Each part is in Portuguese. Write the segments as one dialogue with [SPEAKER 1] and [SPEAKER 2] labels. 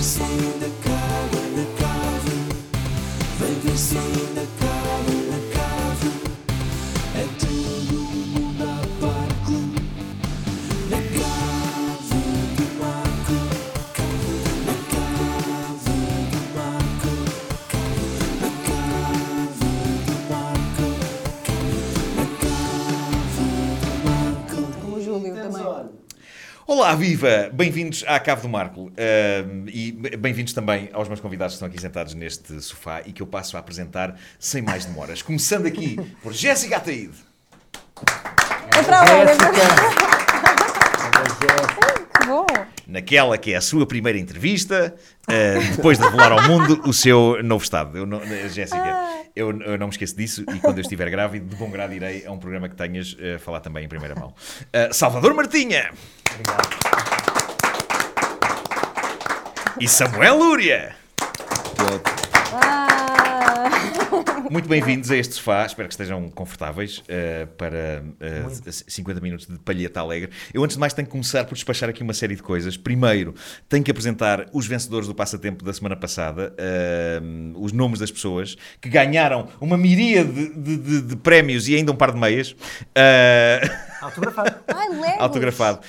[SPEAKER 1] sair da cave, na cave. Vem ver sair da cave, na cave. É tudo mundo à parte. Na cave do Marco. Na cave do Marco. Na cave do Marco. Na cave do Marco.
[SPEAKER 2] O Júlio também.
[SPEAKER 3] Olá, viva! Bem-vindos à Cave do Marco Ahm, e b- bem-vindos também aos meus convidados que estão aqui sentados neste sofá e que eu passo a apresentar sem mais demoras. Começando aqui por Jéssica Ataíde.
[SPEAKER 2] É para onde? É para Que bom.
[SPEAKER 3] Naquela que é a sua primeira entrevista, ah, depois de revelar ao mundo o seu novo estado. Eu não- eh,
[SPEAKER 2] Ah.
[SPEAKER 3] Jéssica, eu, eu não me esqueço disso e quando eu estiver grávido, de bom grado irei a um programa que tenhas eh, falar também em primeira mão. Ah, Salvador Martinha! E Samuel Lúria!
[SPEAKER 2] Ah,
[SPEAKER 3] Muito bem-vindos a este sofá, espero que estejam confortáveis eh, para eh, 50 minutos de palheta alegre. Eu, antes de mais, tenho que começar por despachar aqui uma série de coisas. Primeiro, tenho que apresentar os vencedores do passatempo da semana passada, eh, os nomes das pessoas que ganharam uma miríade de, de- de prémios e ainda um par de meias. Eh,
[SPEAKER 4] Autografado.
[SPEAKER 2] ai, Legos.
[SPEAKER 3] Autografado.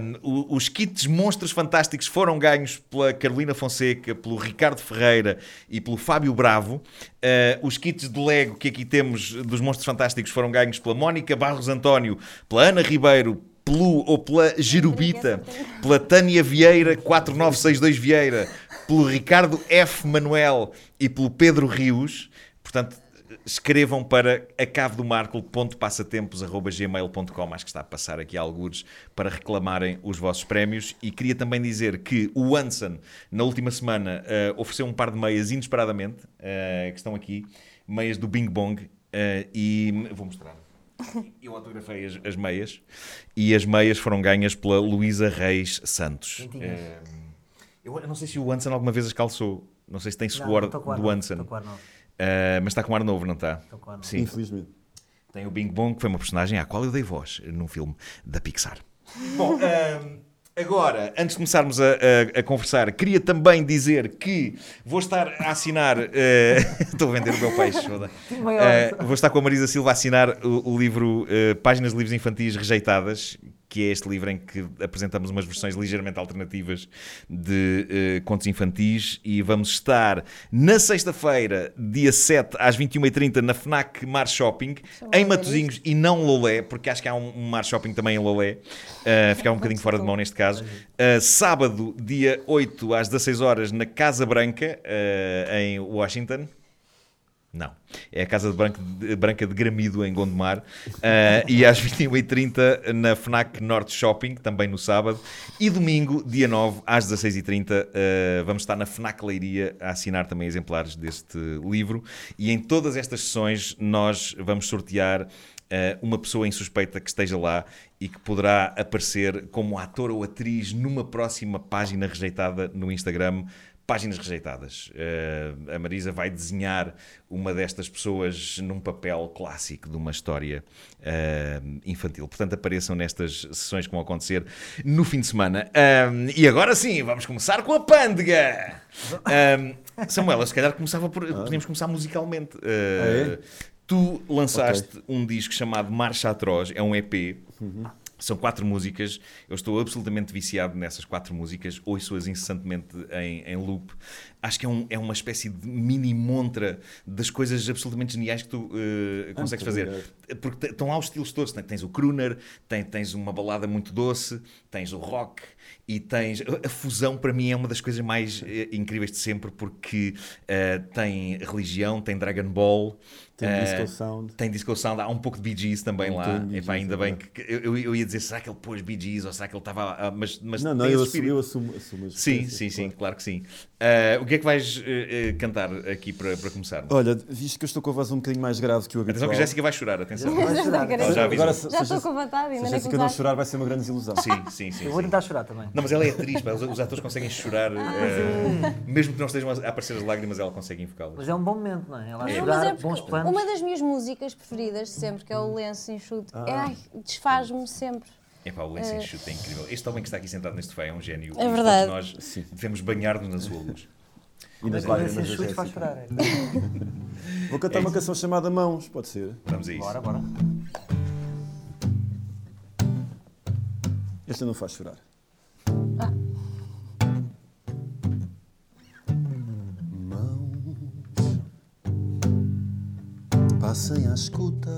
[SPEAKER 3] Um, o- os kits Monstros Fantásticos foram ganhos pela Carolina Fonseca, pelo Ricardo Ferreira e pelo Fábio Bravo. Uh, os kits de Lego que aqui temos dos Monstros Fantásticos foram ganhos pela Mónica Barros António, pela Ana Ribeiro, pelu ou pela Jerubita, pela Tânia Vieira 4962 Vieira, pelo Ricardo F. Manuel e pelo Pedro Rios. Portanto, escrevam para acavedomarco.passatempos.gmail.com acho que está a passar aqui algures para reclamarem os vossos prémios e queria também dizer que o Anson na última semana eh, ofereceu um par de meias inesperadamente eh, que estão aqui, meias do Bing Bong eh, e vou mostrar eu autografei as, as meias e as meias foram ganhas pela Luísa Reis Santos
[SPEAKER 4] Quentinhas.
[SPEAKER 3] Eh, eu, eu não sei se o Anson alguma vez as calçou não sei se tem suor
[SPEAKER 4] Não, tô com ar
[SPEAKER 3] do
[SPEAKER 4] novo,
[SPEAKER 3] Anson
[SPEAKER 4] tô com ar novo.
[SPEAKER 3] Uh, mas está com ar novo, não está?
[SPEAKER 4] Estou com ar novo.
[SPEAKER 3] Sim.
[SPEAKER 5] Infelizmente.
[SPEAKER 3] Tem o Bing Bong, que foi uma personagem à qual eu dei voz num filme da Pixar. Bom, ahm, agora, antes de começarmos a, a- a conversar, queria também dizer que vou estar a assinar. eh, Estou a vender o meu peixe, foda.
[SPEAKER 4] maior.
[SPEAKER 3] Eh, vou estar com a Marisa Silva a assinar o, o livro eh, Páginas de Livros Infantis Rejeitadas, que é este livro em que apresentamos umas versões ligeiramente alternativas de eh, contos infantis e vamos estar na sexta-feira, dia 7, às 21h30, na FNAC Mar Shopping, em Matosinhos e não Lolé, porque acho que há um, um Mar Shopping também em Lolé. Eh, ficava um bocadinho fora de mão neste caso. Eh, sábado, dia 8, às 16 horas na Casa Branca, eh, em Washington. Não. É a Casa de Branca de, Branca de Gramido, em Gondomar. Ah, e às 21h30 na FNAC Norte Shopping, também no sábado. E domingo, dia 9, às 16h30, ah, vamos estar na FNAC Leiria a assinar também exemplares deste livro. E em todas estas sessões nós vamos sortear ah, uma pessoa insuspeita que esteja lá e que poderá aparecer como ator ou atriz numa próxima página rejeitada no Instagram páginas rejeitadas. Eh, a Marisa vai desenhar uma destas pessoas num papel clássico de uma história eh, infantil. Portanto, apareçam nestas sessões que vão acontecer no fim de semana. Ahm, e agora sim, vamos começar com a pândega! Ahm, Samuela, se calhar começava por, podíamos começar musicalmente. Eh, Tu lançaste um disco chamado Marcha Atroz, é um EP. São quatro músicas, eu estou absolutamente viciado nessas quatro músicas, ouço-as incessantemente em, em loop. Acho que é, um- é uma espécie de mini montra das coisas absolutamente geniais que tu eh, consegues fazer. Porque te- estão lá os estilos todos: né? tens o crooner, tem- tens uma balada muito doce, tens o rock e tens. a- A fusão para mim é uma das coisas mais eh, incríveis de sempre, porque eh, tem religião, tem Dragon Ball.
[SPEAKER 5] Tem
[SPEAKER 3] eh,
[SPEAKER 5] disco sound.
[SPEAKER 3] tem Disco Sound, há um pouco de Bee Gees também
[SPEAKER 5] Tem
[SPEAKER 3] lá.
[SPEAKER 5] um bocadinho de Bee
[SPEAKER 3] Epá,
[SPEAKER 5] Gees,
[SPEAKER 3] ainda
[SPEAKER 5] é
[SPEAKER 3] bem
[SPEAKER 5] verdade.
[SPEAKER 3] que eu, eu ia dizer, será que ele pôs Bee Gees ou será que ele estava. ah, mas, mas
[SPEAKER 5] Não, não,
[SPEAKER 3] tem esse
[SPEAKER 5] eu assumo,
[SPEAKER 3] espírito.
[SPEAKER 5] eu assumo, assumo as
[SPEAKER 3] Sim,
[SPEAKER 5] referências,
[SPEAKER 3] sim, sim,
[SPEAKER 5] claro.
[SPEAKER 3] claro que sim. Ah, o que é que vais eh, eh, cantar aqui para, para começar?
[SPEAKER 5] Olha, visto que eu estou com a voz um bocadinho mais grave que o
[SPEAKER 3] atenção
[SPEAKER 5] habitual.
[SPEAKER 3] que a Jéssica vai chorar, atenção.
[SPEAKER 4] Vai
[SPEAKER 2] Já
[SPEAKER 4] chorar.
[SPEAKER 2] quero-
[SPEAKER 3] Ela é já avisou.
[SPEAKER 5] Agora,
[SPEAKER 2] Já
[SPEAKER 5] se, se a
[SPEAKER 2] estou
[SPEAKER 5] Jéssica-
[SPEAKER 2] com vontade,
[SPEAKER 5] se
[SPEAKER 2] ainda
[SPEAKER 5] a
[SPEAKER 2] nem
[SPEAKER 4] assim
[SPEAKER 5] Jéssica não
[SPEAKER 2] começaste.
[SPEAKER 5] chorar vai ser uma grande desilusão.
[SPEAKER 3] Sim, sim, sim.
[SPEAKER 4] Eu vou
[SPEAKER 3] sim.
[SPEAKER 4] tentar Ah, chorar também.
[SPEAKER 3] Não, mas ela é atriz, pá, os- os atores conseguem chorar, eh, mesmo que não estejam a aparecer as lágrimas, ela consegue invocá-las.
[SPEAKER 4] Mas é um bom momento, não é? Ela a
[SPEAKER 2] Não,
[SPEAKER 4] chorar,
[SPEAKER 2] mas é
[SPEAKER 4] bons
[SPEAKER 2] porque
[SPEAKER 4] planos. Hum. Ah.
[SPEAKER 2] uma das minhas músicas preferidas de sempre, que é o Lenço Enxuto, é, ai, desfaz-me sempre.
[SPEAKER 3] Epá, o lenço enxuto é incrível. Este homem que está aqui sentado neste sofá é um gênio.
[SPEAKER 4] Eh. É
[SPEAKER 3] e
[SPEAKER 4] verdade.
[SPEAKER 3] Todos nós devemos banhar-nos na sua luz.
[SPEAKER 1] E nas
[SPEAKER 5] Mas
[SPEAKER 1] lágrimas da
[SPEAKER 5] esse chute faz
[SPEAKER 1] Jéssica.
[SPEAKER 5] chorar. é?
[SPEAKER 1] Vou cantar uma canção chamada Mãos, pode ser.
[SPEAKER 3] Vamos a isso.
[SPEAKER 5] Bora, bora.
[SPEAKER 1] Esta não faz chorar. Mãos passem à escuta,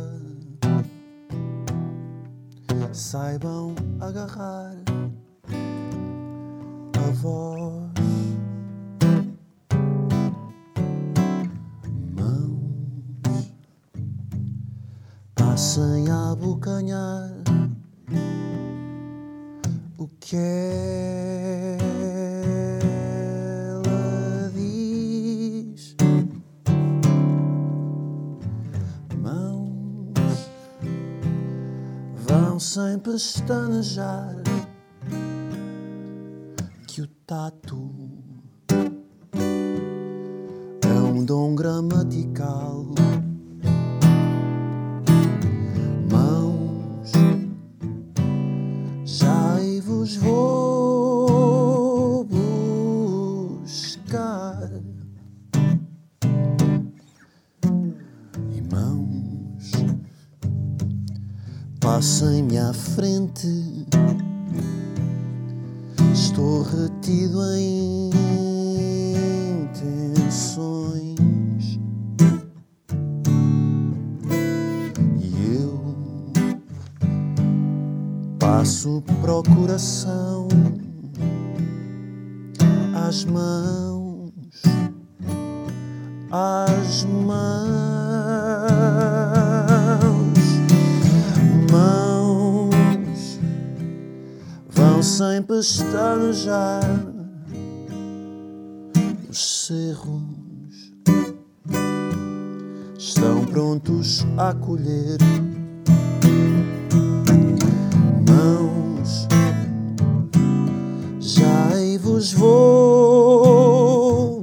[SPEAKER 1] saibam agarrar a voz. Mãos passem a abocanhar o que ela diz. Mãos vão sem pestanejar que o tato é um dom gramatical. Mãos já e vos vou buscar. Irmãos, passem-me à frente. Estou retido em intenções. E eu Passo procuração às mãos, às mãos, mãos vão sem pestanejar os cerros, estão prontos a colher mãos. Já e vos vou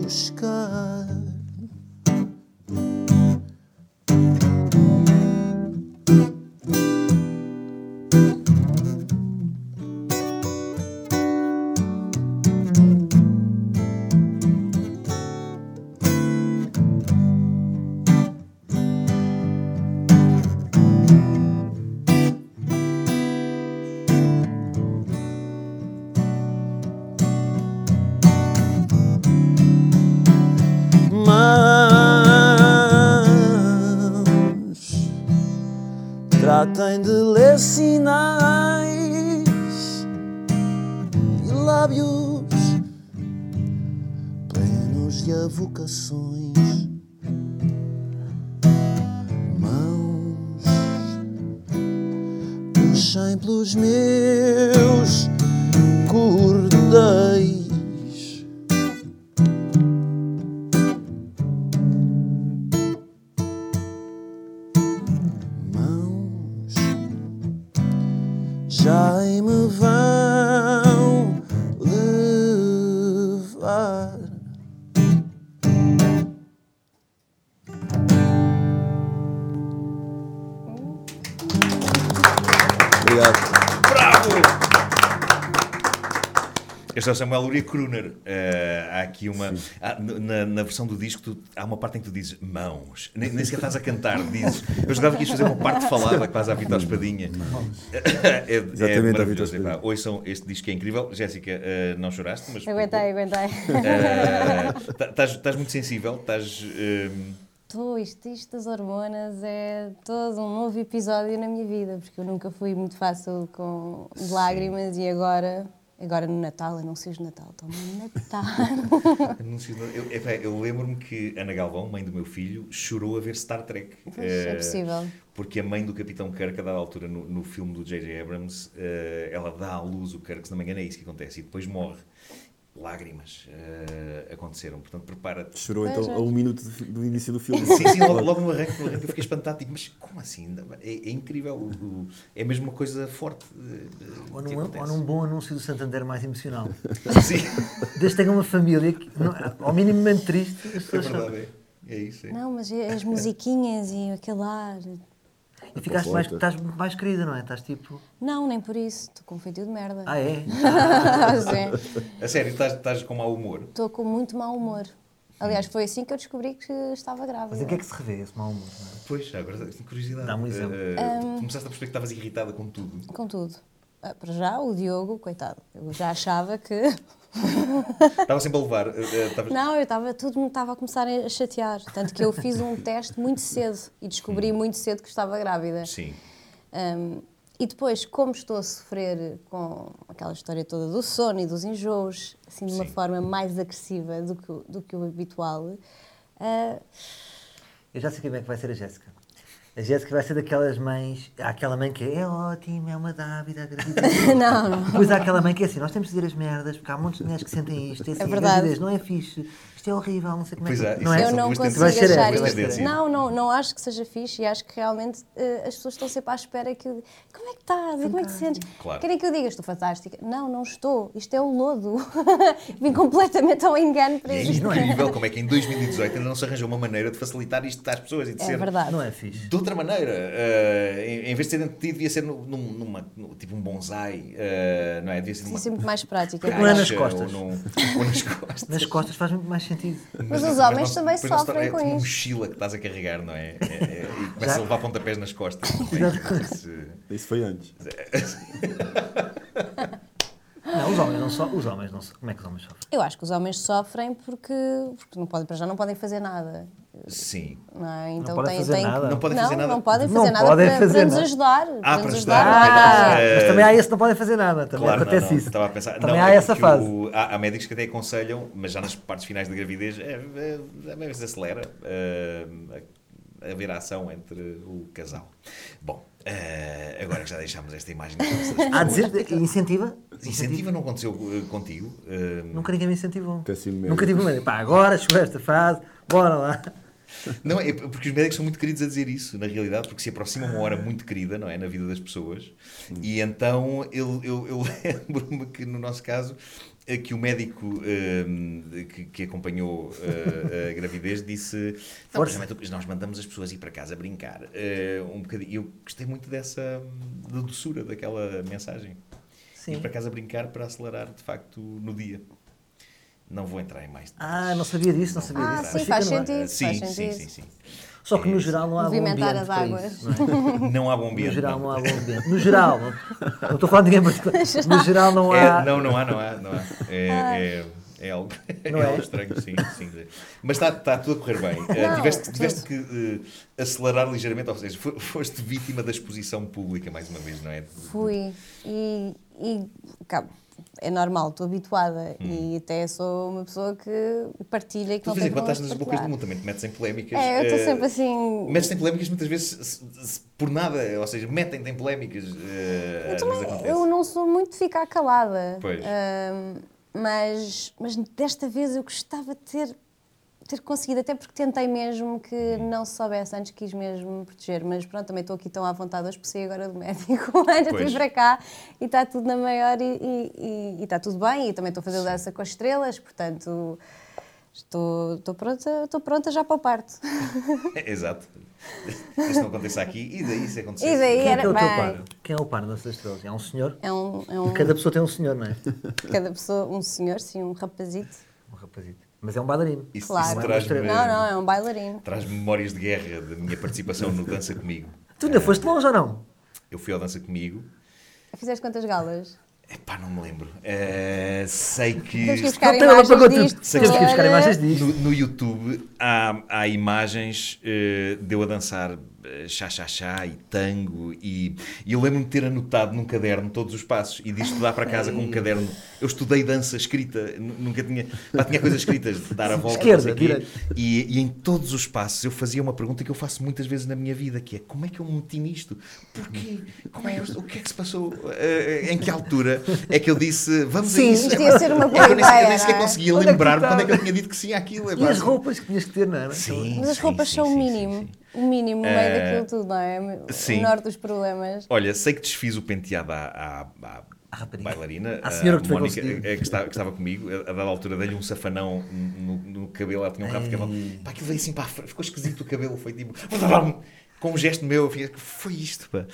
[SPEAKER 1] buscar. Mãos, tratem de ler sinais e lábios plenos de avocações. Mãos, puxem pelos meus cordéis. mãos já me vão levar. Obrigado.
[SPEAKER 3] Este é o Samuel Luria Kruner. Eh, há aqui uma. há- na, na versão do disco, tu- há uma parte em que tu dizes mãos. Nem, nem sequer estás a cantar, dizes. Eu jogava que ias fazer uma parte falada, quase à Vitor Espadinha. é, é
[SPEAKER 1] Exatamente, à Vitor
[SPEAKER 3] maravilhoso.
[SPEAKER 1] Espadinha.
[SPEAKER 3] Epá, Ouçam este disco que é incrível. Jéssica, eh, não choraste, mas. eh,
[SPEAKER 4] Aguentei, aguentei.
[SPEAKER 3] Estás muito sensível, estás. eh,
[SPEAKER 4] Tô, isto, isto das hormonas é todo um novo episódio na minha vida, porque eu nunca fui muito fácil com de lágrimas e agora, agora no Natal, anúncios de Natal, toma Natal.
[SPEAKER 3] Anúncios de- Eu, epá, eu lembro-me que Ana Galvão, mãe do meu filho, chorou a ver Star Trek.
[SPEAKER 4] é
[SPEAKER 3] Eh,
[SPEAKER 4] possível.
[SPEAKER 3] Porque a mãe do Capitão Kirk, a dada altura, no, no filme do J.J. Abrams, eh, ela dá à luz o Kirk, se não me engano é isso que acontece, e depois morre. Lágrimas eh, aconteceram, portanto prepara-te.
[SPEAKER 1] Chorou
[SPEAKER 4] Pois
[SPEAKER 1] então
[SPEAKER 4] é.
[SPEAKER 1] a um minuto de- do início do filme.
[SPEAKER 3] Sim, sim, logo, logo no arranque, no arranque eu fiquei espantado, tipo, mas como assim? É, é incrível, o- o- é mesmo uma coisa forte. eh, eh,
[SPEAKER 6] Ou
[SPEAKER 3] que
[SPEAKER 6] num, ou
[SPEAKER 3] acontece.
[SPEAKER 6] num bom anúncio do Santander mais emocional.
[SPEAKER 3] Sim,
[SPEAKER 6] Desde que tenha uma família que, não- é, ao minimamente triste,
[SPEAKER 3] é
[SPEAKER 6] as pessoas choram.
[SPEAKER 3] verdade, é, é isso. é.
[SPEAKER 4] Não, mas é as musiquinhas e aquele ar.
[SPEAKER 6] E ficaste mais, estás mais querida, não é? Estás tipo.
[SPEAKER 4] Não, nem por isso. Estou com feitiço de merda.
[SPEAKER 6] Ah, é?
[SPEAKER 4] Sim.
[SPEAKER 3] A sério, estás, estás com mau humor?
[SPEAKER 4] Estou com muito mau humor. Aliás, foi assim que eu descobri que estava grávida.
[SPEAKER 6] Mas em que é que se revê esse mau humor? não é?
[SPEAKER 3] Pois, agora tenho curiosidade.
[SPEAKER 6] Dá um exemplo.
[SPEAKER 3] Eh, Começaste a perceber que estavas irritada com tudo.
[SPEAKER 4] Contudo, ah, para já, o Diogo, coitado, eu já achava que.
[SPEAKER 3] Estava sempre a levar. eh, eh, estavas-
[SPEAKER 4] Não, eu estava, tudo me estava a começar a chatear. Tanto que eu fiz um teste muito cedo e
[SPEAKER 6] Hum.
[SPEAKER 4] descobri muito cedo que estava grávida.
[SPEAKER 3] Sim.
[SPEAKER 4] Um, e depois, como estou a sofrer com aquela história toda do sono e dos enjoos, assim de uma
[SPEAKER 3] Sim.
[SPEAKER 4] forma mais agressiva do que, o- do que o habitual, ah,
[SPEAKER 6] Eu já sei como é que vai ser a Jéssica. A Jéssica vai ser daquelas mães. Há aquela mãe que é, é ótima, é uma dávida, acredita.
[SPEAKER 4] não, não.
[SPEAKER 6] Depois há aquela mãe que é assim: nós temos de dizer as merdas, porque há muitos mulheres que sentem isto. É, assim,
[SPEAKER 4] verdade.
[SPEAKER 6] gravidez não é fixe, isto é horrível, não sei como
[SPEAKER 3] Pois
[SPEAKER 6] é
[SPEAKER 3] é, isso
[SPEAKER 6] que. não é?
[SPEAKER 3] é
[SPEAKER 4] eu não
[SPEAKER 3] duas
[SPEAKER 4] consigo
[SPEAKER 6] tendências.
[SPEAKER 4] achar
[SPEAKER 6] Duas
[SPEAKER 4] isso.
[SPEAKER 3] assim.
[SPEAKER 6] tendências.
[SPEAKER 4] Não, não, não acho que seja fixe e acho que realmente eh, as pessoas estão sempre à espera que eu diga, como é que estás? E como é que te sentes?
[SPEAKER 3] Claro.
[SPEAKER 4] Querem que eu diga, estou fantástica. Não, não estou. Isto é o lodo. Vim completamente ao engano para
[SPEAKER 3] E é
[SPEAKER 4] isto.
[SPEAKER 3] incrível como é que em 2018 ainda não se arranjou uma maneira de facilitar isto às pessoas e de
[SPEAKER 4] É
[SPEAKER 3] ser
[SPEAKER 4] verdade.
[SPEAKER 6] Não é fixe.
[SPEAKER 3] De outra maneira, eh, em, em vez de ser dentro de ti, devia ser num, num- numa, num- tipo um bonsai, eh, não é? Devia ser numa
[SPEAKER 4] Isso é muito mais prático.
[SPEAKER 6] Porque não é nas
[SPEAKER 3] caixa
[SPEAKER 6] costas.
[SPEAKER 3] Ou, num- ou nas costas.
[SPEAKER 6] Nas costas faz muito mais sentido.
[SPEAKER 4] Mas
[SPEAKER 3] não-
[SPEAKER 4] os homens
[SPEAKER 3] não-
[SPEAKER 4] também
[SPEAKER 3] depois não se torna-
[SPEAKER 4] sofrem com
[SPEAKER 3] É uma
[SPEAKER 4] isto.
[SPEAKER 3] mochila que estás a carregar, não é? É- é- e começa a
[SPEAKER 6] Já-
[SPEAKER 3] levar pontapés nas costas. é? Esse-
[SPEAKER 5] Isso foi antes.
[SPEAKER 6] Não, os homens não só. Os homens não só. Como é que os homens sofrem?
[SPEAKER 4] Eu acho que os homens sofrem porque, porque não podem, para já não podem fazer nada.
[SPEAKER 3] Sim.
[SPEAKER 4] Não, é? então
[SPEAKER 6] podem
[SPEAKER 4] têm-
[SPEAKER 6] fazer
[SPEAKER 4] têm que-
[SPEAKER 6] nada. Não
[SPEAKER 3] podem fazer nada. Ah,
[SPEAKER 4] Não podem
[SPEAKER 6] Não
[SPEAKER 4] fazer nada
[SPEAKER 6] podem
[SPEAKER 4] para,
[SPEAKER 6] fazer
[SPEAKER 4] para nos
[SPEAKER 6] nada.
[SPEAKER 4] ajudar.
[SPEAKER 3] para
[SPEAKER 4] nos
[SPEAKER 3] ajudar,
[SPEAKER 4] ajudar.
[SPEAKER 3] ok,
[SPEAKER 6] Ah, Mas também há esse que não podem fazer nada, também
[SPEAKER 3] eh, Claro, não,
[SPEAKER 6] acontece
[SPEAKER 3] não,
[SPEAKER 6] isso.
[SPEAKER 3] Estava a pensar.
[SPEAKER 6] Também
[SPEAKER 3] não,
[SPEAKER 6] há
[SPEAKER 3] é
[SPEAKER 6] essa
[SPEAKER 3] que
[SPEAKER 6] fase.
[SPEAKER 3] o- há, há médicos que até aconselham, mas já nas partes finais da gravidez, é, é, às vezes acelera eh, a haver ação entre o casal. Bom, eh, agora que já deixámos esta imagem,
[SPEAKER 6] Há de dizer, incentiva.
[SPEAKER 3] incentiva não aconteceu eh, contigo? Eh,
[SPEAKER 6] Nunca ninguém me incentivou.
[SPEAKER 5] Tem sido mesmo.
[SPEAKER 6] Nunca tive medo. Pá, agora chegou esta fase, bora lá.
[SPEAKER 3] Não, é porque os médicos são muito queridos a dizer isso, na realidade, porque se aproxima uma
[SPEAKER 6] Ah.
[SPEAKER 3] hora muito querida, não é? Na vida das pessoas. E então eu, eu, eu lembro-me que no nosso caso, eh, que o médico eh, que, que acompanhou eh, a gravidez disse: "Não, é mas
[SPEAKER 6] Força.
[SPEAKER 3] realmente nós mandamos as pessoas ir para casa brincar. eh, um bocadinho. E eu gostei muito dessa da doçura daquela mensagem. Ir
[SPEAKER 6] Sim.
[SPEAKER 3] para casa brincar para acelerar, de facto, no dia. Não vou entrar em mais
[SPEAKER 6] Ah, não sabia disso, não sabia
[SPEAKER 4] Ah,
[SPEAKER 6] disso.
[SPEAKER 4] sim,
[SPEAKER 6] Mas
[SPEAKER 4] faz
[SPEAKER 6] fica no ar.
[SPEAKER 4] sentido.
[SPEAKER 3] Sim,
[SPEAKER 4] faz
[SPEAKER 3] sim, sim,
[SPEAKER 4] sentido.
[SPEAKER 3] sim, sim.
[SPEAKER 6] Só que no geral
[SPEAKER 3] Ah.
[SPEAKER 6] não há bom ambiente
[SPEAKER 4] Movimentar as
[SPEAKER 6] para
[SPEAKER 4] águas.
[SPEAKER 6] isso, não é?
[SPEAKER 3] Não há bom
[SPEAKER 6] No
[SPEAKER 3] ambiente.
[SPEAKER 6] geral
[SPEAKER 3] não.
[SPEAKER 6] não há bom ambiente. No geral, não, não estou a falar de ninguém em particular. No geral não
[SPEAKER 3] É,
[SPEAKER 6] há.
[SPEAKER 3] não, não há, não há, não há. É, é, é algo, é
[SPEAKER 6] Não é?
[SPEAKER 3] algo estranho, sim, sim. Mas está tá tudo a correr bem. Eh,
[SPEAKER 4] Não,
[SPEAKER 3] tiveste
[SPEAKER 4] tudo.
[SPEAKER 3] tiveste que eh, acelerar ligeiramente, ou seja, fo- foste vítima da exposição pública, mais uma vez, não é?
[SPEAKER 4] Fui. E, e cá, é normal, estou habituada. E até sou uma pessoa que partilha e que não
[SPEAKER 3] Hum. Tu, de vez
[SPEAKER 4] tem
[SPEAKER 3] em quando
[SPEAKER 4] problemas
[SPEAKER 3] estás nas
[SPEAKER 4] de
[SPEAKER 3] bocas do
[SPEAKER 4] partilhar.
[SPEAKER 3] mundo, também te metes em polémicas.
[SPEAKER 4] É, eu estou
[SPEAKER 3] eh,
[SPEAKER 4] sempre assim.
[SPEAKER 3] Metes-te em polémicas muitas vezes se- se- por nada, ou seja, metem-te em polémicas. eh, às vezes acontece.
[SPEAKER 4] Eu não Eh. sou muito de ficar calada.
[SPEAKER 3] Pois.
[SPEAKER 4] Ahm, mas, mas desta vez eu gostava de ter, ter conseguido, até porque tentei mesmo que não se soubesse, antes quis mesmo me proteger. Mas pronto, também estou aqui tão à vontade, hoje por sair agora do médico, ainda
[SPEAKER 3] Pois.
[SPEAKER 4] estive para cá e está tudo na maior e- e e- e está tudo bem. E também estou a fazer dança com as estrelas, portanto. Estou, estou, pronta, estou pronta já para o parto.
[SPEAKER 3] Exato. Isso não aconteça aqui e daí se acontecer.
[SPEAKER 4] E daí
[SPEAKER 6] Quem é que é o teu
[SPEAKER 4] Era bem.
[SPEAKER 6] par? Quem é o par das estrelas? É um senhor?
[SPEAKER 4] É um, é um
[SPEAKER 6] Cada
[SPEAKER 4] cada...
[SPEAKER 6] pessoa tem um senhor, não é?
[SPEAKER 4] pessoa, um senhor, sim, um rapazito.
[SPEAKER 6] Um rapazito. Mas é um bailarino.
[SPEAKER 3] Isso-
[SPEAKER 4] Claro.
[SPEAKER 3] isso traz-me-
[SPEAKER 4] Não, não, é um bailarino.
[SPEAKER 3] Traz memórias de guerra da minha participação no Dança Comigo.
[SPEAKER 6] Tu ainda foste longe ou não?
[SPEAKER 3] Eu fui ao Dança Comigo.
[SPEAKER 4] Fizeste quantas galas?
[SPEAKER 3] Epá, não me lembro. Eh, sei
[SPEAKER 4] Temos
[SPEAKER 3] que
[SPEAKER 4] que ir
[SPEAKER 6] Não
[SPEAKER 4] buscar
[SPEAKER 6] tem nada para
[SPEAKER 4] imagens
[SPEAKER 6] contar.
[SPEAKER 4] disto.
[SPEAKER 3] Sei
[SPEAKER 6] Temos que ir buscar
[SPEAKER 4] senhora.
[SPEAKER 6] imagens disto.
[SPEAKER 3] no, no YouTube há, há imagens eh, de eu a dançar eh, chá-chá-chá e tango. E, e eu lembro-me de ter anotado num caderno todos os passos e de estudar para casa com um caderno. Eu estudei dança escrita, nu- nunca tinha. Pá, tinha coisas escritas, de dar a volta.
[SPEAKER 6] Esquerda,
[SPEAKER 3] não sei o quê.
[SPEAKER 6] direita.
[SPEAKER 3] E, e em todos os passos eu fazia uma pergunta que eu faço muitas vezes na minha vida, que é como é que eu me meti nisto? Porquê? Como é que eu- o que é que se passou? Eh, em que altura é que eu disse vamos
[SPEAKER 6] Sim,
[SPEAKER 3] a isso?
[SPEAKER 4] isto ia ser uma boa
[SPEAKER 3] eu nem, sequer- eu
[SPEAKER 4] ideia,
[SPEAKER 3] nem sequer
[SPEAKER 4] não é?
[SPEAKER 3] conseguia
[SPEAKER 6] Onde é que tu
[SPEAKER 3] lembrar-me quando é que eu
[SPEAKER 6] estavas?
[SPEAKER 3] tinha dito que sim àquilo. é
[SPEAKER 6] E as
[SPEAKER 3] pá.
[SPEAKER 6] roupas que tinhas que ter, não é? era?
[SPEAKER 3] Sim,
[SPEAKER 4] Mas as
[SPEAKER 3] sim,
[SPEAKER 4] roupas
[SPEAKER 3] sim,
[SPEAKER 4] são
[SPEAKER 3] sim,
[SPEAKER 4] o
[SPEAKER 3] sim,
[SPEAKER 4] mínimo.
[SPEAKER 3] sim. Eh,
[SPEAKER 4] O mínimo no meio daquilo tudo, não é?
[SPEAKER 3] sim.
[SPEAKER 4] O menor dos problemas.
[SPEAKER 3] Olha, sei que desfiz o penteado à, à- à
[SPEAKER 6] À rapariga.
[SPEAKER 3] bailarina,
[SPEAKER 6] À senhora que te foi
[SPEAKER 3] Mónica,
[SPEAKER 6] conseguir.
[SPEAKER 3] eh, que, estava, que estava comigo, a a dada altura dei-lhe um safanão no, no cabelo, ela tinha um rabo de cabelo. Pá, aquilo veio assim, pá, ficou esquisito o cabelo, foi tipo. com um gesto meu, eu fiquei, que foi isto, pá.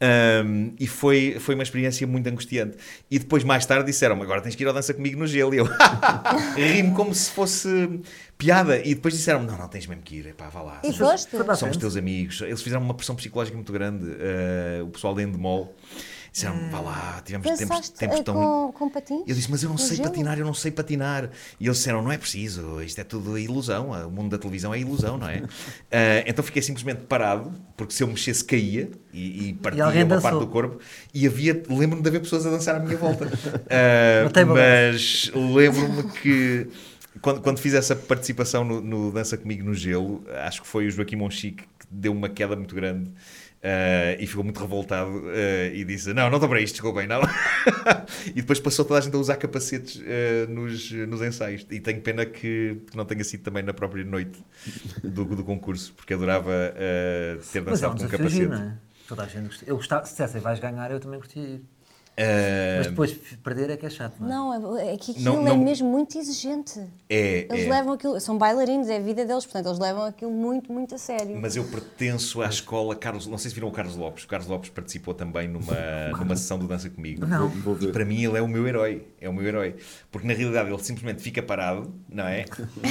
[SPEAKER 3] Ahm, e foi, foi uma experiência muito angustiante. E depois, mais tarde, disseram-me: agora tens que ir ao dança comigo no gelo. E eu ri-me como se fosse piada. E depois disseram-me: não, não tens mesmo que ir, pá, vá lá.
[SPEAKER 4] E
[SPEAKER 3] Somos-
[SPEAKER 4] foste?
[SPEAKER 6] Foi para a
[SPEAKER 4] Mas
[SPEAKER 3] são os
[SPEAKER 6] frente.
[SPEAKER 3] teus amigos. Eles fizeram uma pressão psicológica muito grande. eh, o pessoal da Endemol disseram: vá lá, tivemos tempos,
[SPEAKER 4] Pensaste
[SPEAKER 3] tempos
[SPEAKER 4] eh,
[SPEAKER 3] tão.
[SPEAKER 4] com, com patins?
[SPEAKER 3] Eu disse, mas eu não
[SPEAKER 4] No
[SPEAKER 3] sei
[SPEAKER 4] gelo?
[SPEAKER 3] patinar, eu não sei patinar. E eles disseram, não é preciso, isto é tudo ilusão, o mundo da televisão é ilusão, não é? Ah, então fiquei simplesmente parado, porque se eu mexesse caía e, e partia
[SPEAKER 6] alguém
[SPEAKER 3] uma
[SPEAKER 6] dançou.
[SPEAKER 3] parte do corpo. E havia, lembro-me de haver pessoas a dançar à minha volta. Ah,
[SPEAKER 6] Não tem
[SPEAKER 3] mas lembro-me que quando, quando fiz essa participação no, no Dança Comigo no Gelo, acho que foi o Joaquim Monchique que deu uma queda muito grande. ah, e ficou muito revoltado ah, e disse: Não, não estou para isto, desculpem, não. E depois passou toda a gente a usar capacetes eh, nos, nos ensaios. E tenho pena que não tenha sido também na própria noite do, do concurso, porque adorava eh, ter
[SPEAKER 6] Mas é
[SPEAKER 3] dançado
[SPEAKER 6] um
[SPEAKER 3] com um
[SPEAKER 6] desafio
[SPEAKER 3] capacete.
[SPEAKER 6] giro, não é? Toda a gente gosta. Eu gostava, se dissessem vais ganhar, eu também gostaria de ir.
[SPEAKER 3] Eh,
[SPEAKER 6] Mas depois f- perder é que é chato, não é?
[SPEAKER 4] Não, é é que aquilo
[SPEAKER 3] Não-
[SPEAKER 4] é
[SPEAKER 3] não-
[SPEAKER 4] mesmo muito exigente.
[SPEAKER 3] é,
[SPEAKER 4] Eles
[SPEAKER 3] é.
[SPEAKER 4] levam aquilo, são bailarinos, é a vida deles, portanto, eles levam aquilo muito, muito a sério.
[SPEAKER 3] Mas eu pertenço à escola Carlos. Não sei se viram o Carlos Lopes. O Carlos Lopes participou também numa, numa sessão do Dança Comigo.
[SPEAKER 6] Não.
[SPEAKER 5] Vou
[SPEAKER 3] E
[SPEAKER 5] ver.
[SPEAKER 3] para mim ele é o meu herói. É o meu herói. Porque na realidade ele simplesmente fica parado, não é? E,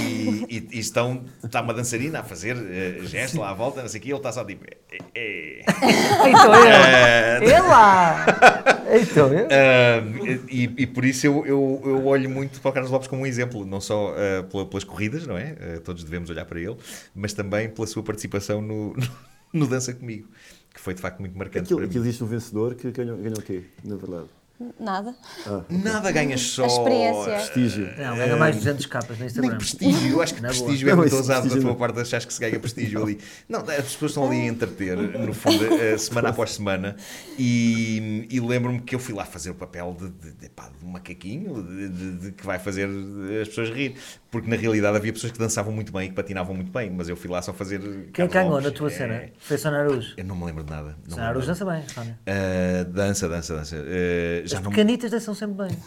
[SPEAKER 3] e- e estão, está uma dançarina a fazer eh, gesto lá à volta, não sei o quê. e Ele está só tipo. "Eh, eh".
[SPEAKER 6] Então eu!
[SPEAKER 3] Eh,
[SPEAKER 6] É lá! Então eu!
[SPEAKER 3] Ahm, ah, e, e por isso eu, eu, eu olho muito para o Carlos Lopes como um exemplo, não só ah, pela- pelas corridas, não é? Ah, todos devemos olhar para ele, mas também pela sua participação no, no, no Dança Comigo, que foi de facto muito marcante.
[SPEAKER 5] Aquilo,
[SPEAKER 3] para mim.
[SPEAKER 5] aquilo diz um vencedor que ganhou, ganhou o quê, na verdade?
[SPEAKER 4] Nada.
[SPEAKER 3] Nada ganhas só.
[SPEAKER 4] Uhum. A experiência.
[SPEAKER 5] Prestígio.
[SPEAKER 6] Não, ganha mais 200 capas no
[SPEAKER 3] É. Nem
[SPEAKER 6] Instagram.
[SPEAKER 3] prestígio, eu acho que
[SPEAKER 6] Na boa.
[SPEAKER 3] prestígio é
[SPEAKER 5] Não,
[SPEAKER 3] muito
[SPEAKER 5] isso
[SPEAKER 3] ousado da
[SPEAKER 5] prestígio
[SPEAKER 3] tua
[SPEAKER 5] não.
[SPEAKER 3] parte, achas que se ganha prestígio ali. Não, as pessoas estão ali a entreter, no fundo, eh, semana após semana. E, e lembro-me que eu fui lá fazer o papel de, de, de, pá, de um macaquinho de- de- de que vai fazer as pessoas rir. Porque na realidade havia pessoas que dançavam muito bem e que patinavam muito bem, mas eu fui lá só fazer.
[SPEAKER 6] Quem
[SPEAKER 3] Carlos
[SPEAKER 6] ganhou
[SPEAKER 3] Lopes.
[SPEAKER 6] na tua
[SPEAKER 3] É,
[SPEAKER 6] cena? Foi Sónia Araújo.
[SPEAKER 3] Eu não me lembro de nada. não me
[SPEAKER 6] Sónia Araújo
[SPEAKER 3] lembro.
[SPEAKER 6] dança bem, Sónia.
[SPEAKER 3] Ah, dança, dança, dança. Ah, já
[SPEAKER 6] As
[SPEAKER 3] não me
[SPEAKER 6] pequenitas dançam sempre bem.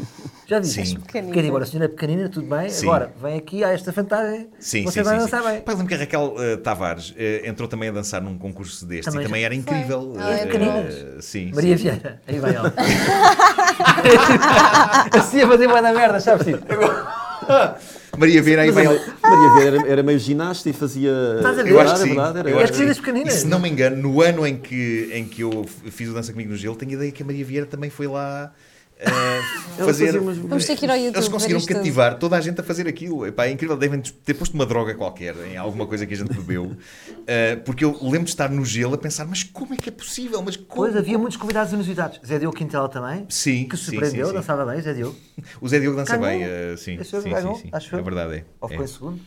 [SPEAKER 6] Já viste?
[SPEAKER 3] Sim. As
[SPEAKER 4] pequenitas.
[SPEAKER 6] Pequenina, agora a senhora é pequenina, tudo bem.
[SPEAKER 3] Sim.
[SPEAKER 6] Agora, vem aqui, há esta vantagem.
[SPEAKER 3] Sim,
[SPEAKER 6] Você
[SPEAKER 3] sim,
[SPEAKER 6] vai
[SPEAKER 3] sim,
[SPEAKER 6] dançar
[SPEAKER 3] sim.
[SPEAKER 6] bem.
[SPEAKER 3] Pá, eu lembro que a Raquel eh, Tavares eh, entrou também a dançar num concurso deste
[SPEAKER 6] Também
[SPEAKER 3] e
[SPEAKER 6] já
[SPEAKER 3] também era incrível.
[SPEAKER 4] Ah,
[SPEAKER 3] eh,
[SPEAKER 4] é
[SPEAKER 3] eh,
[SPEAKER 6] incrível.
[SPEAKER 3] sim,
[SPEAKER 6] Maria
[SPEAKER 3] sim.
[SPEAKER 6] Vieira, aí vai ela. assim a fazer bué da merda, sabes? Tipo,
[SPEAKER 3] Maria Vieira aí
[SPEAKER 5] Mas
[SPEAKER 3] vai.
[SPEAKER 5] a
[SPEAKER 3] ela.
[SPEAKER 5] Ma- Maria Vieira era, era meio ginasta e fazia.
[SPEAKER 6] Estás a ver?
[SPEAKER 3] Eu acho
[SPEAKER 5] Era
[SPEAKER 3] que sim.
[SPEAKER 5] verdade, era.
[SPEAKER 3] eu acho que
[SPEAKER 6] As
[SPEAKER 3] sim.
[SPEAKER 6] pequeninas.
[SPEAKER 3] E se não me engano, no ano em que, em que eu f- fiz o Dança Comigo no Gelo, tenho ideia que a Maria Vieira também foi lá eh,
[SPEAKER 5] Ela
[SPEAKER 3] fazer. eh,
[SPEAKER 5] fazia umas-
[SPEAKER 4] Vamos ter que ir ao YouTube.
[SPEAKER 3] Eles
[SPEAKER 4] ver
[SPEAKER 3] conseguiram
[SPEAKER 4] isto tudo.
[SPEAKER 3] cativar toda a gente a fazer aquilo. Epá, é incrível, devem ter posto uma droga qualquer em alguma coisa que a gente bebeu. Eh, porque eu lembro de estar no gelo a pensar, mas como é que é possível? Mas como?
[SPEAKER 6] Pois, havia muitos convidados inusitados. Zé Diogo Quintela também.
[SPEAKER 3] Sim,
[SPEAKER 6] Que
[SPEAKER 3] sim,
[SPEAKER 6] surpreendeu,
[SPEAKER 3] sim, sim.
[SPEAKER 6] dançava bem, Zé Diogo.
[SPEAKER 3] O Zé Diogo dança
[SPEAKER 6] Ganhou.
[SPEAKER 3] bem, eh, sim,
[SPEAKER 6] Esse
[SPEAKER 3] sim, sim,
[SPEAKER 6] ganhou,
[SPEAKER 3] sim.
[SPEAKER 6] acho
[SPEAKER 3] é
[SPEAKER 6] eu.
[SPEAKER 3] verdade, é.
[SPEAKER 6] Ou
[SPEAKER 3] É.
[SPEAKER 6] ficou em segundo.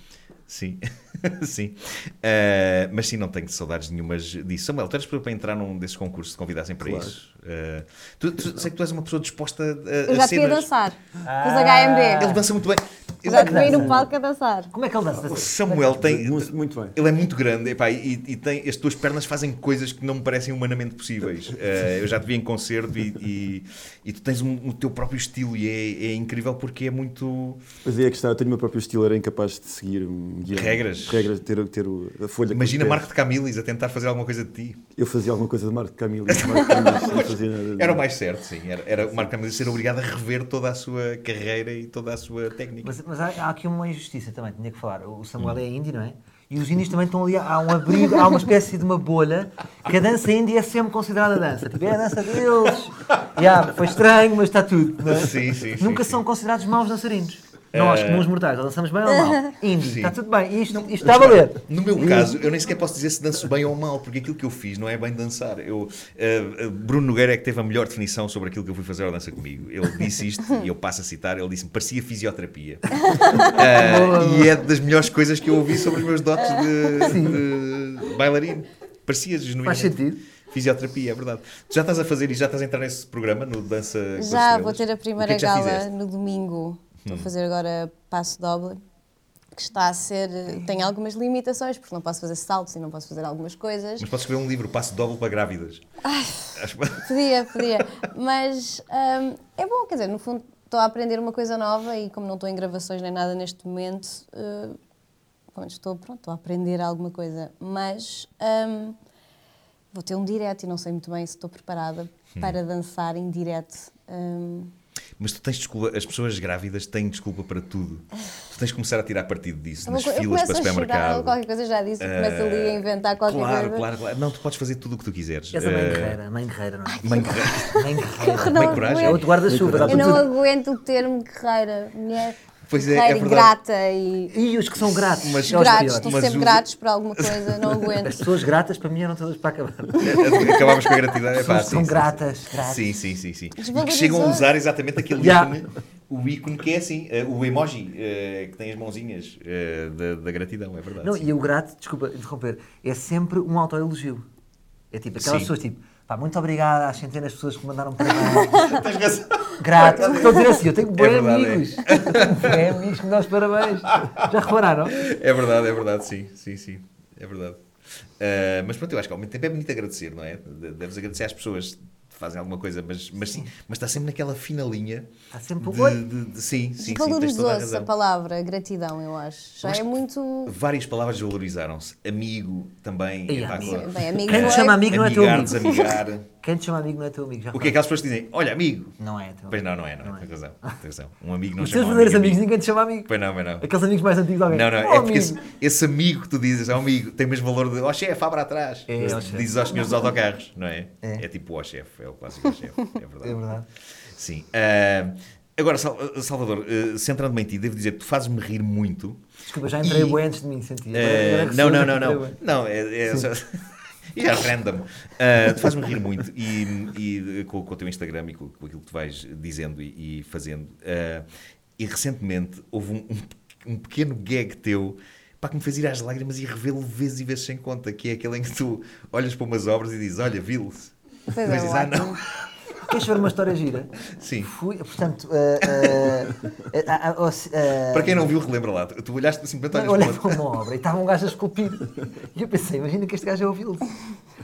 [SPEAKER 3] Sim, sim. Eh, mas sim, não tenho saudades nenhumas disso. Samuel, tu eras para entrar num desses concursos, se convidassem para isso. Eh, tu, tu- sei que tu és uma pessoa disposta
[SPEAKER 4] Eu
[SPEAKER 3] a, a
[SPEAKER 4] já te ia
[SPEAKER 3] cenas.
[SPEAKER 4] dançar. Fiz
[SPEAKER 3] Ele
[SPEAKER 4] HMB.
[SPEAKER 3] dança muito bem. Eu-
[SPEAKER 4] Já te vi no palco a dançar.
[SPEAKER 6] Como é que ele dança?
[SPEAKER 3] o Samuel tem.
[SPEAKER 5] Muito, muito bem.
[SPEAKER 3] Ele é muito grande epá, e, e tem, as tuas pernas fazem coisas que não me parecem humanamente possíveis. Eh, eu já te vi em concerto e, e- e tu tens um- o teu próprio estilo e é- é incrível porque é muito.
[SPEAKER 5] Mas aí é que está, eu tenho o meu próprio estilo, era incapaz de seguir um guião.
[SPEAKER 3] Regras.
[SPEAKER 5] Regras, ter, ter o- a folha. com
[SPEAKER 3] Imagina
[SPEAKER 5] os pés.
[SPEAKER 3] Marco de Camilis a tentar fazer alguma coisa de ti.
[SPEAKER 5] Eu fazia alguma coisa de Marco de Camilo. Marco de Camilo não fazia nada de-
[SPEAKER 3] Era o mais certo, sim. Era, era o Marco Camilo ser obrigado a rever toda a sua carreira e toda a sua técnica.
[SPEAKER 6] Mas, mas há, há aqui uma injustiça também, tinha que falar. O Samuel
[SPEAKER 3] Hum.
[SPEAKER 6] é índio, não é? E os índios também estão ali, há um abrigo, há uma espécie de uma bolha, que a dança índia é sempre considerada dança. Tipo, é a dança deles. Yeah, foi estranho, mas está tudo. não é?
[SPEAKER 3] Sim, sim, sim,
[SPEAKER 6] Nunca
[SPEAKER 3] sim. É.
[SPEAKER 6] são considerados maus dançarinos. Nós, comuns mortais, ou dançamos bem ou mal. Índio,
[SPEAKER 3] Sim.
[SPEAKER 6] está tudo bem. Isto, isto está a valer.
[SPEAKER 3] No meu caso, eu nem sequer posso dizer se danço bem ou mal, porque aquilo que eu fiz não é bem dançar. Eu, eh, eh, Bruno Nogueira é que teve a melhor definição sobre aquilo que eu fui fazer ao Dança Comigo. Ele disse isto, e eu passo a citar, ele disse-me, parecia fisioterapia. Eh, e é das melhores coisas que eu ouvi sobre os meus dotes de, de bailarino. Parecia genuíno.
[SPEAKER 6] Faz sentido.
[SPEAKER 3] Fisioterapia, é verdade. Tu já estás a fazer e já estás a entrar nesse programa, no Dança com as
[SPEAKER 4] Já,
[SPEAKER 3] Estrelas?
[SPEAKER 4] vou ter a
[SPEAKER 3] O que é
[SPEAKER 4] primeira
[SPEAKER 3] que já
[SPEAKER 4] gala
[SPEAKER 3] fizeste? Hum.
[SPEAKER 4] no domingo. Vou fazer agora passo doble, que está a ser. tem algumas limitações, porque não posso fazer saltos e não posso fazer algumas coisas.
[SPEAKER 3] Mas posso escrever um livro, passo doble para grávidas. Acho-
[SPEAKER 4] Podia, podia. Mas hum, é bom, quer dizer, no fundo estou a aprender uma coisa nova e como não estou em gravações nem nada neste momento, eh, pelo menos estou pronto, estou a aprender alguma coisa. Mas hum, vou ter um direto e não sei muito bem se estou preparada
[SPEAKER 3] Hum.
[SPEAKER 4] para dançar em direto. hum,
[SPEAKER 3] Tipo, Mas tu tens desculpa, as pessoas grávidas têm desculpa para tudo. Tu tens de começar a tirar partido disso,
[SPEAKER 4] eu
[SPEAKER 3] nas
[SPEAKER 4] vou- É eu
[SPEAKER 3] filas
[SPEAKER 4] começo
[SPEAKER 3] para
[SPEAKER 4] a chorar ou
[SPEAKER 3] supermercado. Eh,
[SPEAKER 4] qualquer coisa, eu já disse, eu começo ali a inventar qualquer
[SPEAKER 3] claro,
[SPEAKER 4] coisa.
[SPEAKER 3] claro, claro. Não, tu podes fazer tudo o que tu quiseres.
[SPEAKER 6] És é a mãe
[SPEAKER 3] Eh,
[SPEAKER 6] guerreira, mãe guerreira, não é?
[SPEAKER 3] mãe guerreira.
[SPEAKER 6] Mãe
[SPEAKER 4] Eu
[SPEAKER 6] guerreira.
[SPEAKER 4] não
[SPEAKER 3] Mãe coragem.
[SPEAKER 6] É
[SPEAKER 4] aguento.
[SPEAKER 6] outro guarda-chuva, dá
[SPEAKER 4] Eu
[SPEAKER 6] para
[SPEAKER 4] não
[SPEAKER 6] tudo.
[SPEAKER 4] aguento o termo guerreira. Mulher
[SPEAKER 3] Pois é, é
[SPEAKER 4] guerreira e
[SPEAKER 3] verdade.
[SPEAKER 4] grata e.
[SPEAKER 6] E os que são gratos,
[SPEAKER 3] Mas-
[SPEAKER 6] é os
[SPEAKER 4] Gratos,
[SPEAKER 6] piores.
[SPEAKER 4] estão
[SPEAKER 3] Mas
[SPEAKER 4] sempre
[SPEAKER 3] o-
[SPEAKER 4] gratos por alguma coisa, não
[SPEAKER 6] As
[SPEAKER 4] aguento.
[SPEAKER 6] pessoas gratas para mim eram todas para acabar.
[SPEAKER 3] Acabámos com a gratidão. É pá,
[SPEAKER 6] São-
[SPEAKER 3] sim,
[SPEAKER 6] são
[SPEAKER 3] sim,
[SPEAKER 6] gratas,
[SPEAKER 3] sim.
[SPEAKER 6] gratas.
[SPEAKER 3] Sim, sim, sim. sim. E que
[SPEAKER 4] Desvalorizou.
[SPEAKER 3] chegam a usar exatamente aquele
[SPEAKER 6] Yeah.
[SPEAKER 3] ícone, o ícone que é assim, eh, o emoji, eh, que tem as mãozinhas eh, da, da gratidão, é verdade.
[SPEAKER 6] Não,
[SPEAKER 3] sim.
[SPEAKER 6] e o grato, desculpa interromper, é sempre um autoelogio. É tipo, aquelas
[SPEAKER 3] Sim.
[SPEAKER 6] pessoas tipo, pá, muito obrigada às centenas de pessoas que me mandaram para cá.
[SPEAKER 3] Tens razão.
[SPEAKER 6] Grato. Estou a dizer assim, eu tenho bons
[SPEAKER 3] verdade, é.
[SPEAKER 6] amigos. Eu tenho bem amigos que me dão os parabéns. Já repararam?
[SPEAKER 3] É verdade, é verdade, sim, sim, sim, é verdade. Ah, mas pronto, eu acho que ao mesmo tempo é bonito agradecer, não é? De- Deves agradecer às pessoas que fazem alguma coisa, mas, mas sim, mas está sempre naquela fina linha.
[SPEAKER 6] Está sempre um
[SPEAKER 3] de, de, de, sim, sim, sim, tens toda a
[SPEAKER 4] Desvalorizou-se a
[SPEAKER 3] razão.
[SPEAKER 4] palavra gratidão, eu acho. Já é muito.
[SPEAKER 3] Várias palavras valorizaram-se. Amigo também.
[SPEAKER 6] Ei,
[SPEAKER 3] epá,
[SPEAKER 6] amigo.
[SPEAKER 3] claro.
[SPEAKER 4] Bem, amigo
[SPEAKER 6] Quem te
[SPEAKER 4] foi-
[SPEAKER 6] chama amigo não é teu
[SPEAKER 3] Amigar,
[SPEAKER 6] amigo.
[SPEAKER 3] desamigar.
[SPEAKER 6] Quem te chama amigo não é teu amigo. Já
[SPEAKER 3] O que é que aquelas pessoas que dizem? Olha, amigo.
[SPEAKER 6] repararam? Não é teu
[SPEAKER 3] Pois
[SPEAKER 6] amigo.
[SPEAKER 3] não, não é, não, é. Tens razão, tens razão. Um amigo não
[SPEAKER 6] Os
[SPEAKER 3] chama
[SPEAKER 6] teus
[SPEAKER 3] um amigo
[SPEAKER 6] verdadeiros amigos,
[SPEAKER 3] amigo.
[SPEAKER 6] ninguém te chama amigo.
[SPEAKER 3] Pois não, pois não.
[SPEAKER 6] Aqueles amigos mais antigos de alguém.
[SPEAKER 3] Não, não,
[SPEAKER 6] Oh,
[SPEAKER 3] é porque esse,
[SPEAKER 6] amigo.
[SPEAKER 3] esse amigo que tu dizes, é um amigo, tem o mesmo valor de, ó chefe, abra atrás.
[SPEAKER 6] É,
[SPEAKER 3] Mas
[SPEAKER 6] ó,
[SPEAKER 3] tu
[SPEAKER 6] chefe.
[SPEAKER 3] dizes aos senhores dos autocarros, não é?
[SPEAKER 6] É.
[SPEAKER 3] tipo, ó chefe, é o clássico ó chefe, é verdade.
[SPEAKER 6] É verdade.
[SPEAKER 3] Sim. Ah, agora, Sal- Salvador, eh, centrando-me em ti, devo dizer que tu fazes-me rir muito.
[SPEAKER 6] Desculpa, já entrei
[SPEAKER 3] E-
[SPEAKER 6] bem antes de mim, senti.
[SPEAKER 3] Eh,
[SPEAKER 6] Agora- agora que
[SPEAKER 3] não,
[SPEAKER 6] sou,
[SPEAKER 3] não,
[SPEAKER 6] já
[SPEAKER 3] não,
[SPEAKER 6] entrei
[SPEAKER 3] não.
[SPEAKER 6] bué.
[SPEAKER 3] Não, é, é só- E é random. Ah, tu fazes-me rir muito e, e eh, com, com o teu Instagram e com, com aquilo que tu vais dizendo e, e fazendo. Ah, e recentemente houve um, um- um pequeno gag teu pá, que me fez ir às lágrimas e revê-lo vezes e vezes sem conta, que é aquele em que tu olhas para umas obras e dizes, olha, vi-lo-se.
[SPEAKER 4] Pois
[SPEAKER 3] E
[SPEAKER 4] é,
[SPEAKER 3] depois dizes, ah, não.
[SPEAKER 6] Queres ver uma história gira?
[SPEAKER 3] Sim.
[SPEAKER 6] Fui, portanto. eh, eh, ah, ah, oh, se- eh,
[SPEAKER 3] Para quem não viu, relembra lá. Tu tu olhaste simplesmente
[SPEAKER 6] eu
[SPEAKER 3] olhas para
[SPEAKER 6] olhei
[SPEAKER 3] o
[SPEAKER 6] para uma obra e estava um gajo a esculpir. E eu pensei, imagina que este gajo é o Vilso.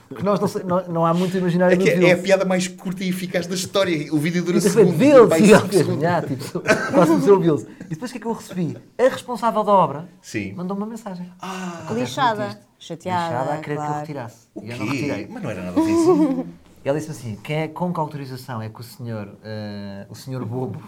[SPEAKER 6] Porque nós não, sei- não, não há muito imaginário
[SPEAKER 3] É, que
[SPEAKER 6] do
[SPEAKER 3] é-
[SPEAKER 6] Vilso.
[SPEAKER 3] é a piada mais curta e eficaz da história. O vídeo dura
[SPEAKER 6] E depois
[SPEAKER 3] segundos.
[SPEAKER 6] Vilso,
[SPEAKER 3] vai
[SPEAKER 6] e ele
[SPEAKER 3] cinco
[SPEAKER 6] fez
[SPEAKER 3] segundos.
[SPEAKER 6] "Nhá", tipo, quase me o Vilso. E depois o que é que eu recebi? A responsável da obra
[SPEAKER 3] Sim.
[SPEAKER 6] mandou-me uma mensagem.
[SPEAKER 4] Ah, Lixada. Chateada.
[SPEAKER 6] Lixada a querer que eu
[SPEAKER 4] claro.
[SPEAKER 6] retirasse.
[SPEAKER 3] O
[SPEAKER 6] E eu não
[SPEAKER 3] quê?
[SPEAKER 6] retirei.
[SPEAKER 3] Mas não era nada disso.
[SPEAKER 6] E Ela disse assim, quem é, com que autorização é que o senhor, eh, o senhor bobo,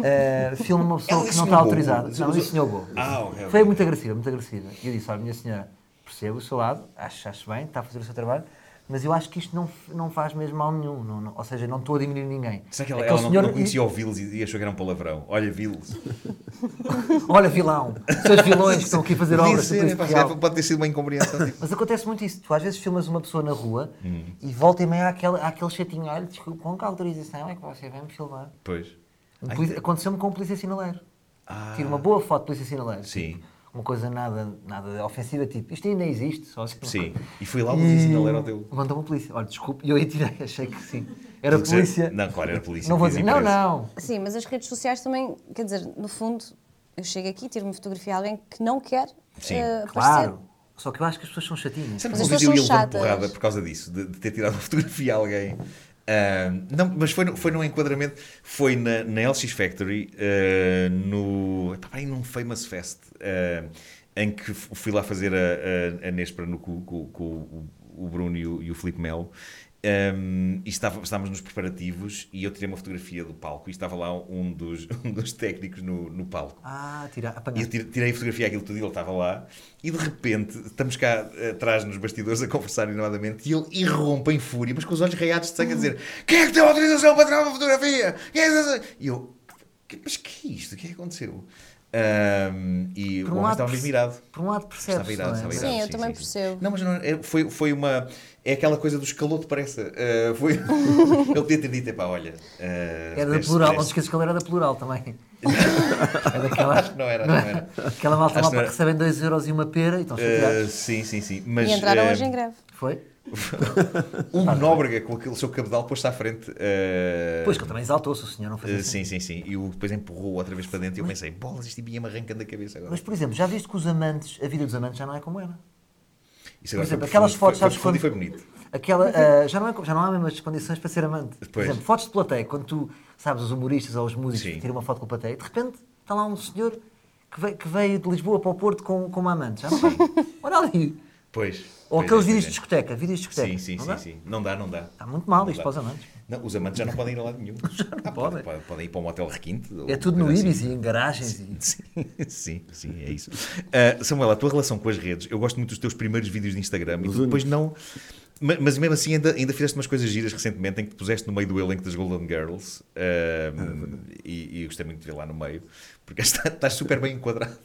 [SPEAKER 6] eh, filma uma pessoa
[SPEAKER 3] Ela
[SPEAKER 6] que
[SPEAKER 3] disse senhor
[SPEAKER 6] não está
[SPEAKER 3] bobo?
[SPEAKER 6] autorizada?
[SPEAKER 3] Disse-
[SPEAKER 6] Não,
[SPEAKER 3] disse-
[SPEAKER 6] disse senhor bobo.
[SPEAKER 3] Ah, ok,
[SPEAKER 6] Foi
[SPEAKER 3] ok.
[SPEAKER 6] muito agressiva, muito agressiva. E eu disse, olha, minha senhora, percebo o seu lado, acho, acho bem, está a fazer o seu trabalho, mas eu acho que isto não, f- não faz mesmo mal nenhum, não- não- ou seja, não estou a diminuir ninguém.
[SPEAKER 3] Será que ela,
[SPEAKER 6] Aquele
[SPEAKER 3] ela não, não conhecia o Vils e e achou que era um palavrão? Olha, Vils.
[SPEAKER 6] Olha, vilão, seus vilões que estão aqui a fazer
[SPEAKER 3] Podia
[SPEAKER 6] obras.
[SPEAKER 3] ser,
[SPEAKER 6] tipo,
[SPEAKER 3] é pá,
[SPEAKER 6] real.
[SPEAKER 3] Pode ter sido uma incompreensão. tipo.
[SPEAKER 6] Mas acontece muito isso. Tu às vezes filmas uma pessoa na rua
[SPEAKER 3] Hum.
[SPEAKER 6] e volta e meia àquele, àquele chatinho. Olha, desculpa, com que autorização é que você vem me filmar?
[SPEAKER 3] Pois.
[SPEAKER 6] Um
[SPEAKER 3] Ai,
[SPEAKER 6] polici- Aconteceu-me com um polícia sinaleiro.
[SPEAKER 3] Ah.
[SPEAKER 6] Tive uma boa foto de polícia sinaleiro.
[SPEAKER 3] Sim.
[SPEAKER 6] Tipo, uma coisa nada, nada ofensiva, tipo, isto ainda existe, só assim. uma
[SPEAKER 3] Sim.
[SPEAKER 6] coisa.
[SPEAKER 3] E foi lá o polícia
[SPEAKER 6] Hum.
[SPEAKER 3] sinaleiro ao teu.
[SPEAKER 6] Mandou-me a polícia. Olha, desculpe, eu aí tirei, achei que sim. Era
[SPEAKER 3] Quer dizer,
[SPEAKER 6] polícia.
[SPEAKER 3] Não, é claro, era polícia.
[SPEAKER 6] Não vou
[SPEAKER 3] fiz
[SPEAKER 6] dizer, não,
[SPEAKER 3] impresso.
[SPEAKER 6] não.
[SPEAKER 4] Sim, mas as redes sociais também, quer dizer, no fundo, eu chego aqui, tiro uma fotografia a alguém que não quer
[SPEAKER 3] Sim,
[SPEAKER 4] eh, aparecer.
[SPEAKER 6] Claro. Só que eu acho que as pessoas são chatinhas.
[SPEAKER 3] Sabe
[SPEAKER 4] Mas
[SPEAKER 3] que uma
[SPEAKER 4] as
[SPEAKER 3] vez eu
[SPEAKER 4] pessoas
[SPEAKER 3] ia
[SPEAKER 4] são
[SPEAKER 3] levar
[SPEAKER 4] chatas.
[SPEAKER 3] porrada por causa disso, de, de ter tirado uma fotografia a alguém. Ah, não, mas foi, no- foi num enquadramento, foi na, na LX Factory, ah, no. Estava aí num Famous Fest, ah, em que f- fui lá fazer a, a, a Nespra no, com, com- com o- o Bruno e o, e o Filipe Melo. Um, e estava, estávamos nos preparativos e eu tirei uma fotografia do palco e estava lá um dos, um dos técnicos no, no palco.
[SPEAKER 6] Ah, tirar,
[SPEAKER 3] E eu
[SPEAKER 6] apanhar.
[SPEAKER 3] tir- tirei a fotografia aquilo tudo e ele estava lá. E de repente estamos cá eh, atrás nos bastidores a conversar animadamente e ele irrompe em fúria, mas com os olhos raiados de sangue a dizer:
[SPEAKER 6] Uhum.
[SPEAKER 3] Quem é que deu autorização para tirar uma fotografia? Quem é que-" E eu: "Que- Mas que é isto? O que é que aconteceu? Ahm, e o
[SPEAKER 6] Por um
[SPEAKER 3] homem
[SPEAKER 6] lado
[SPEAKER 3] estava
[SPEAKER 6] perce-
[SPEAKER 3] mesmo irado.
[SPEAKER 6] Por um lado percebes,
[SPEAKER 3] Estava irado,
[SPEAKER 6] não é?
[SPEAKER 3] estava
[SPEAKER 6] Mas-
[SPEAKER 3] irado.
[SPEAKER 4] Sim, eu
[SPEAKER 3] sim,
[SPEAKER 4] também
[SPEAKER 3] sim,
[SPEAKER 4] percebo.
[SPEAKER 3] Não, mas não, é- foi, foi uma. É aquela coisa do escalou depressa. Ah, foi, ele podia ter dito: epá, olha. ah,
[SPEAKER 6] Era da
[SPEAKER 3] parece-
[SPEAKER 6] plural, não te
[SPEAKER 3] parece-
[SPEAKER 6] esqueças que ele era da plural também. Era aquela,
[SPEAKER 3] Não era, não era.
[SPEAKER 6] aquela malta
[SPEAKER 3] Acho que
[SPEAKER 6] lá
[SPEAKER 3] não
[SPEAKER 6] para
[SPEAKER 3] era.
[SPEAKER 6] recebem 2 euros e uma pera e estão
[SPEAKER 3] Ah,
[SPEAKER 6] chateados.
[SPEAKER 3] sim, sim, sim. Mas,
[SPEAKER 4] E entraram
[SPEAKER 3] ah,
[SPEAKER 4] hoje em greve.
[SPEAKER 6] Foi?
[SPEAKER 3] O
[SPEAKER 6] Tá
[SPEAKER 3] Nóbrega, com aquele seu cabedal posto à frente. eh,
[SPEAKER 6] Pois que ele também exaltou-se, o senhor não fez
[SPEAKER 3] eh,
[SPEAKER 6] assim.
[SPEAKER 3] sim, sim, sim. E o depois empurrou outra vez para dentro e eu pensei, bolas, este ia-me arrancando a cabeça agora.
[SPEAKER 6] Mas, por exemplo, já viste que os amantes, a vida dos amantes já não é como era?
[SPEAKER 3] Isso agora
[SPEAKER 6] por
[SPEAKER 3] foi
[SPEAKER 6] exemplo, aquelas
[SPEAKER 3] profundo,
[SPEAKER 6] fotos,
[SPEAKER 3] foi,
[SPEAKER 6] sabes
[SPEAKER 3] foi profundo e foi
[SPEAKER 6] quando-
[SPEAKER 3] bonito.
[SPEAKER 6] Aquela, ah, já, não é, co- já não há mesmo as condições para ser amante. Por
[SPEAKER 3] Uhum. Pois.
[SPEAKER 6] exemplo, fotos de plateia, quando tu, sabes, os humoristas ou os músicos
[SPEAKER 3] Sim.
[SPEAKER 6] tiram uma foto com o plateia, de repente está lá um senhor que veio, que veio de Lisboa para o Porto com, com uma amante, já não vai. Olha ali,
[SPEAKER 3] Pois.
[SPEAKER 6] Ou
[SPEAKER 3] Pois é,
[SPEAKER 6] aqueles vídeos
[SPEAKER 3] pois é.
[SPEAKER 6] de discoteca, vídeos de discoteca.
[SPEAKER 3] Sim, sim,
[SPEAKER 6] não
[SPEAKER 3] sim,
[SPEAKER 6] dá?
[SPEAKER 3] sim. Não dá, não dá.
[SPEAKER 6] Está muito mal
[SPEAKER 3] Não
[SPEAKER 6] isto
[SPEAKER 3] dá.
[SPEAKER 6] para os amantes.
[SPEAKER 3] Não, os amantes já não podem ir a lado nenhum. Ah,
[SPEAKER 6] podem.
[SPEAKER 3] Podem, podem ir para um hotel requinte. ou
[SPEAKER 6] É tudo no
[SPEAKER 3] coisa assim.
[SPEAKER 6] Ibis e em garagens. E...
[SPEAKER 3] Sim, sim, sim, é isso. Ah, Samuel, a tua relação com as redes, eu gosto muito dos teus primeiros vídeos de Instagram e tu depois não. ma- Mas mesmo assim, ainda, ainda fizeste umas coisas giras recentemente em que te puseste no meio do elenco das Golden Girls ah, e, e eu gostei muito de ver lá no meio porque está- estás super bem enquadrado.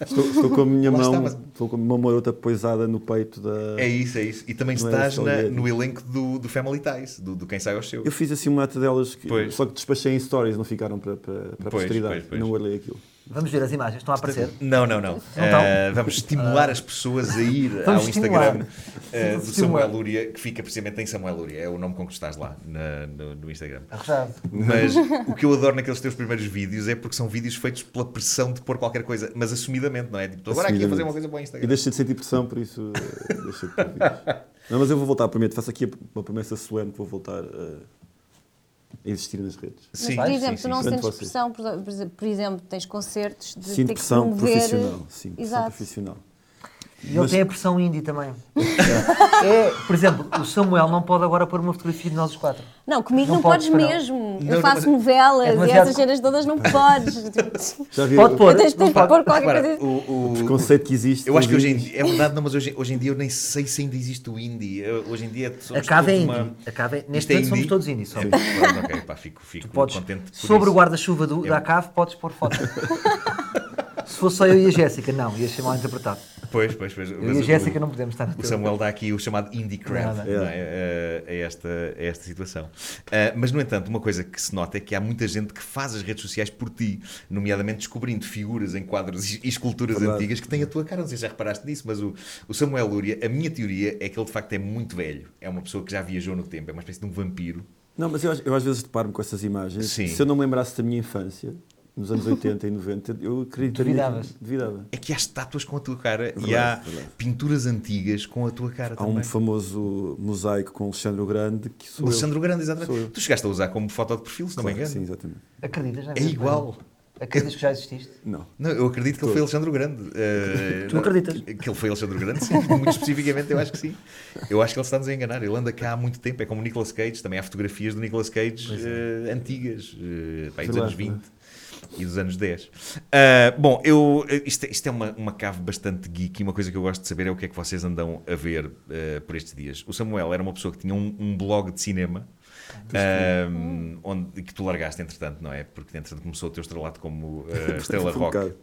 [SPEAKER 5] Estou, estou com a minha
[SPEAKER 3] Lá
[SPEAKER 5] mão,
[SPEAKER 3] está, mas-
[SPEAKER 5] estou com a minha moruta poisada no peito da.
[SPEAKER 3] É isso, é isso. E também
[SPEAKER 5] Não era
[SPEAKER 3] estás
[SPEAKER 5] só
[SPEAKER 3] na-
[SPEAKER 5] gay.
[SPEAKER 3] no elenco do, do Family Ties, do, do Quem Sai aos Seus.
[SPEAKER 5] Eu fiz assim uma ata delas, que-
[SPEAKER 3] Pois.
[SPEAKER 5] só que despachei em stories, não ficaram para, para, para a
[SPEAKER 3] Pois,
[SPEAKER 5] posteridade.
[SPEAKER 3] pois, pois.
[SPEAKER 5] Não olhei aquilo.
[SPEAKER 6] Vamos ver as imagens, estão a aparecer.
[SPEAKER 3] Não, não, não. Ah, vamos estimular as pessoas a ir
[SPEAKER 6] Então, Vamos
[SPEAKER 3] ao
[SPEAKER 6] estimular.
[SPEAKER 3] Instagram ah, do
[SPEAKER 6] Estimular.
[SPEAKER 3] Samuel Lúria, que fica precisamente em Samuel Lúria. É o nome com que estás lá na- no- no Instagram.
[SPEAKER 6] Arrojado.
[SPEAKER 3] Mas o que eu adoro naqueles teus primeiros vídeos é porque são vídeos feitos pela pressão de pôr qualquer coisa, mas assumidamente, não é? Tipo, estou agora aqui a fazer uma coisa para o
[SPEAKER 5] E
[SPEAKER 3] Instagram.
[SPEAKER 5] deixa de sentir pressão, por isso. eh, deixa de ter vídeos. Não, mas eu vou voltar, prometo. Faço aqui uma promessa solene que vou voltar eh, a existir nas redes.
[SPEAKER 4] Mas, por exemplo, tu não
[SPEAKER 5] sim.
[SPEAKER 4] sentes
[SPEAKER 5] Portanto,
[SPEAKER 4] pressão, por exe- por exemplo, tens concertos de
[SPEAKER 5] Sinto
[SPEAKER 4] ter que
[SPEAKER 5] pressão
[SPEAKER 4] promover- eh,
[SPEAKER 5] profissional. Sim, pressão
[SPEAKER 4] Exato.
[SPEAKER 5] profissional.
[SPEAKER 6] E ele tem a pressão indie também. É, por exemplo, o Samuel não pode agora pôr uma fotografia de nós os quatro.
[SPEAKER 4] Não, comigo
[SPEAKER 6] Não
[SPEAKER 4] não,
[SPEAKER 6] podes,
[SPEAKER 4] podes,
[SPEAKER 6] pois não.
[SPEAKER 4] mesmo.
[SPEAKER 3] Não,
[SPEAKER 4] eu
[SPEAKER 3] não,
[SPEAKER 4] faço
[SPEAKER 3] mas-
[SPEAKER 4] novelas
[SPEAKER 6] é
[SPEAKER 4] e
[SPEAKER 6] demasiado-
[SPEAKER 4] essas cenas todas não podes. Tipo,
[SPEAKER 5] Já vi
[SPEAKER 6] Pode
[SPEAKER 5] o
[SPEAKER 6] pôr.
[SPEAKER 4] tens tens
[SPEAKER 6] não
[SPEAKER 4] de
[SPEAKER 6] pode.
[SPEAKER 4] pôr qualquer
[SPEAKER 3] Repara,
[SPEAKER 4] coisa.
[SPEAKER 3] o- o-
[SPEAKER 5] preconceito que existe.
[SPEAKER 3] eu acho que
[SPEAKER 5] nos
[SPEAKER 3] hoje em dia, é verdade, não, mas hoje, hoje em dia eu nem sei se ainda existe o indie. Eu- Hoje em dia
[SPEAKER 6] A
[SPEAKER 3] somos
[SPEAKER 6] Cava é
[SPEAKER 3] todos
[SPEAKER 6] indie.
[SPEAKER 3] uma...
[SPEAKER 6] A Cava é-
[SPEAKER 3] Isto
[SPEAKER 6] Neste
[SPEAKER 3] é
[SPEAKER 6] momento somos
[SPEAKER 3] indie?
[SPEAKER 6] todos indie. Só.
[SPEAKER 3] É, pronto, ok, pá, fico, fico
[SPEAKER 6] Podes,
[SPEAKER 3] contente por
[SPEAKER 6] sobre
[SPEAKER 3] isso. É um-
[SPEAKER 6] o guarda-chuva do- da CAV, podes pôr foto. Se fosse só eu e a Jéssica, não, ia ser mal interpretado.
[SPEAKER 3] Pois, pois, pois.
[SPEAKER 6] Eu e a Jéssica não podemos estar na
[SPEAKER 3] O
[SPEAKER 6] tua-
[SPEAKER 3] Samuel dá aqui o chamado indie crap
[SPEAKER 6] Nada.
[SPEAKER 3] não é? Eh, a, esta, a esta situação. Ah, mas, no entanto, uma coisa que se nota é que há muita gente que faz as redes sociais por ti, nomeadamente descobrindo figuras em quadros e e esculturas
[SPEAKER 5] Verdade.
[SPEAKER 3] antigas que têm a tua cara. Não sei se já reparaste nisso, mas o, o Samuel Lúria, a minha teoria é que ele de facto é muito velho. É uma pessoa que já viajou no tempo, é uma espécie de um vampiro.
[SPEAKER 5] Não, mas eu, às- eu às vezes deparo-me com essas imagens.
[SPEAKER 3] Sim.
[SPEAKER 5] Se eu não me lembrasse da minha infância, nos anos 80 e 90, eu acredito.
[SPEAKER 6] Duvidavas.
[SPEAKER 5] Duvidava.
[SPEAKER 3] É que há estátuas com a tua cara e há
[SPEAKER 5] Verdade, verdade.
[SPEAKER 3] pinturas antigas com a tua cara
[SPEAKER 5] Há
[SPEAKER 3] também.
[SPEAKER 5] um famoso mosaico com Alexandre o Grande que sou eu.
[SPEAKER 3] Alessandro Grande,
[SPEAKER 5] Sou
[SPEAKER 3] exatamente.
[SPEAKER 5] eu.
[SPEAKER 3] Tu chegaste a usar como foto de perfil, se não me
[SPEAKER 5] Claro,
[SPEAKER 3] engano.
[SPEAKER 5] Sim, exatamente.
[SPEAKER 6] Acreditas na
[SPEAKER 3] É
[SPEAKER 6] vida?
[SPEAKER 3] igual.
[SPEAKER 6] Acreditas que já exististe?
[SPEAKER 5] Não.
[SPEAKER 3] Não, eu acredito que ele foi Alexandre o Grande. Eh,
[SPEAKER 6] Tu acreditas?
[SPEAKER 3] Que, que ele foi Alexandre o Grande, sim. Muito especificamente, eu acho que sim. Eu acho que ele está-nos a enganar. Ele anda cá há muito tempo. É como o Nicolas Cage. Também há fotografias do Nicolas Cage
[SPEAKER 6] é.
[SPEAKER 3] eh, antigas. eh, pá, aí dos
[SPEAKER 5] Verdade,
[SPEAKER 3] anos 20 e dos anos 10. Ah, bom, eu, eh, isto, isto é uma, uma cave bastante geek. E uma coisa que eu gosto de saber é o que é que vocês andam a ver eh, por estes dias. O Samuel era uma pessoa que tinha um, um blog de cinema. ahm, onde, que tu largaste entretanto, não é? Porque entretanto começou o teu estrelato como eh, estrela
[SPEAKER 5] Foi um
[SPEAKER 3] rock
[SPEAKER 5] bocado.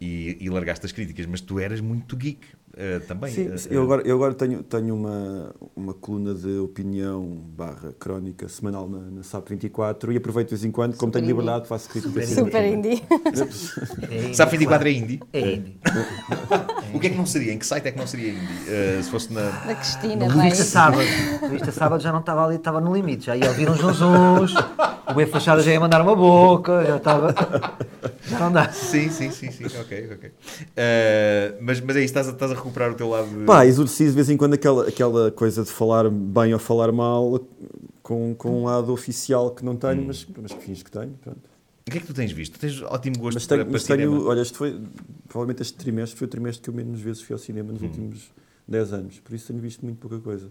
[SPEAKER 3] e, e largaste as críticas, mas tu eras muito geek eh, também.
[SPEAKER 5] Sim,
[SPEAKER 3] eh,
[SPEAKER 5] sim,
[SPEAKER 3] eh,
[SPEAKER 5] eu agora, eu agora tenho, tenho uma, uma coluna de opinião barra crónica semanal na, na SAP 24 e aproveito de vez em quando, como tenho liberdade, faço tipo crítica.
[SPEAKER 4] Super indie.
[SPEAKER 6] É indie,
[SPEAKER 3] Sabe 24 é
[SPEAKER 6] claro.
[SPEAKER 3] indie?
[SPEAKER 6] É indie.
[SPEAKER 3] O que é que não seria? Em que site é que não seria indie? Eh, se fosse na.
[SPEAKER 4] Da Cristina,
[SPEAKER 6] No
[SPEAKER 4] vai.
[SPEAKER 6] Vista Sábado. No Vista Sábado já não estava ali, estava no limite. Já ia ouvir uns zunzuns, o B Fachada já ia mandar uma boca, já estava. Já não dá.
[SPEAKER 3] Sim, sim, sim, sim, ok, ok. Eh, mas, mas é isso, estás a, estás a recuperar o teu lado. de-
[SPEAKER 5] Pá, exorcizo de vez em quando aquela, aquela coisa de falar bem ou falar mal com, com um lado oficial que não tenho, mas, mas que fins que tenho. Pronto.
[SPEAKER 3] O que é que tu tens visto? Tu tens ótimo gosto
[SPEAKER 5] Mas tenho,
[SPEAKER 3] para, para
[SPEAKER 5] mas
[SPEAKER 3] cinema.
[SPEAKER 5] tenho olha, este foi, provavelmente este trimestre foi o trimestre que eu menos vezes fui ao cinema nos últimos 10 anos, por isso tenho visto muito pouca coisa.